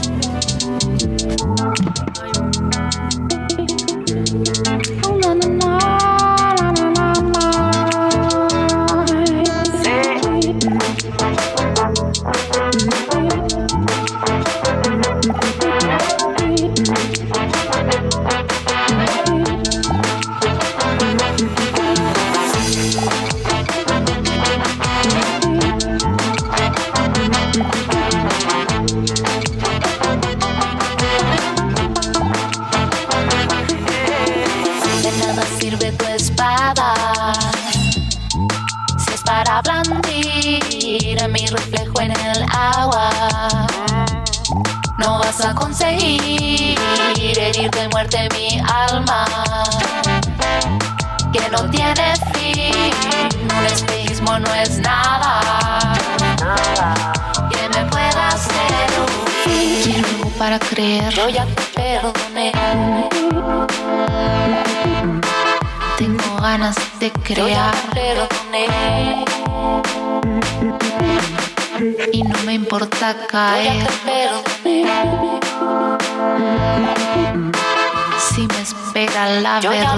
Speaker 8: De nada sirve tu espada si es para blandir mi reflejo en el agua. No vas a conseguir herir de muerte mi alma que no tiene fin. Un espejismo no es nada que me pueda hacer huir. Quiero algo para creer, yo ya te perdoné. Tengo ganas de crear perdoné. Y no me importa caer Si me espera la verdad Yo ya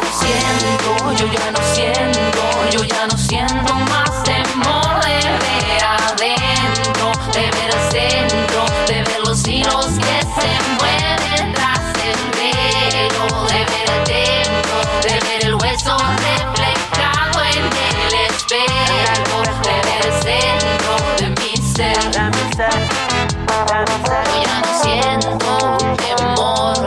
Speaker 8: no siento, yo ya no siento Yo ya no siento más temor de ver adentro De ver el centro, de ver los hilos que se mueven tras el velo De ver el templo, de ver el hueso reflejado en el espejo De ver el centro de mi ser Yo ya no siento temor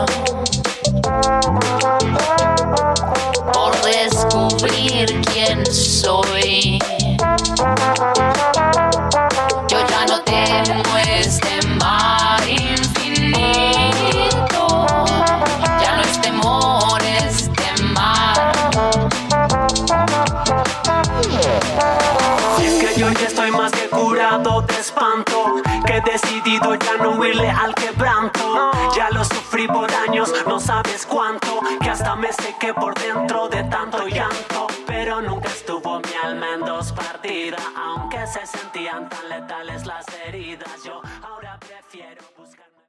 Speaker 8: por descubrir quién soy. Yo ya no temo este mar infinito, ya no es temor este mar.
Speaker 9: Y es que yo ya estoy más que curado de espanto Que he decidido ya no huirle al quebranto Ya lo sufrí por años, no sabes cuánto Que hasta me sequé por dentro de tanto llanto Pero nunca estuvo mi alma en dos partidas Aunque se sentían tan letales las heridas Yo ahora prefiero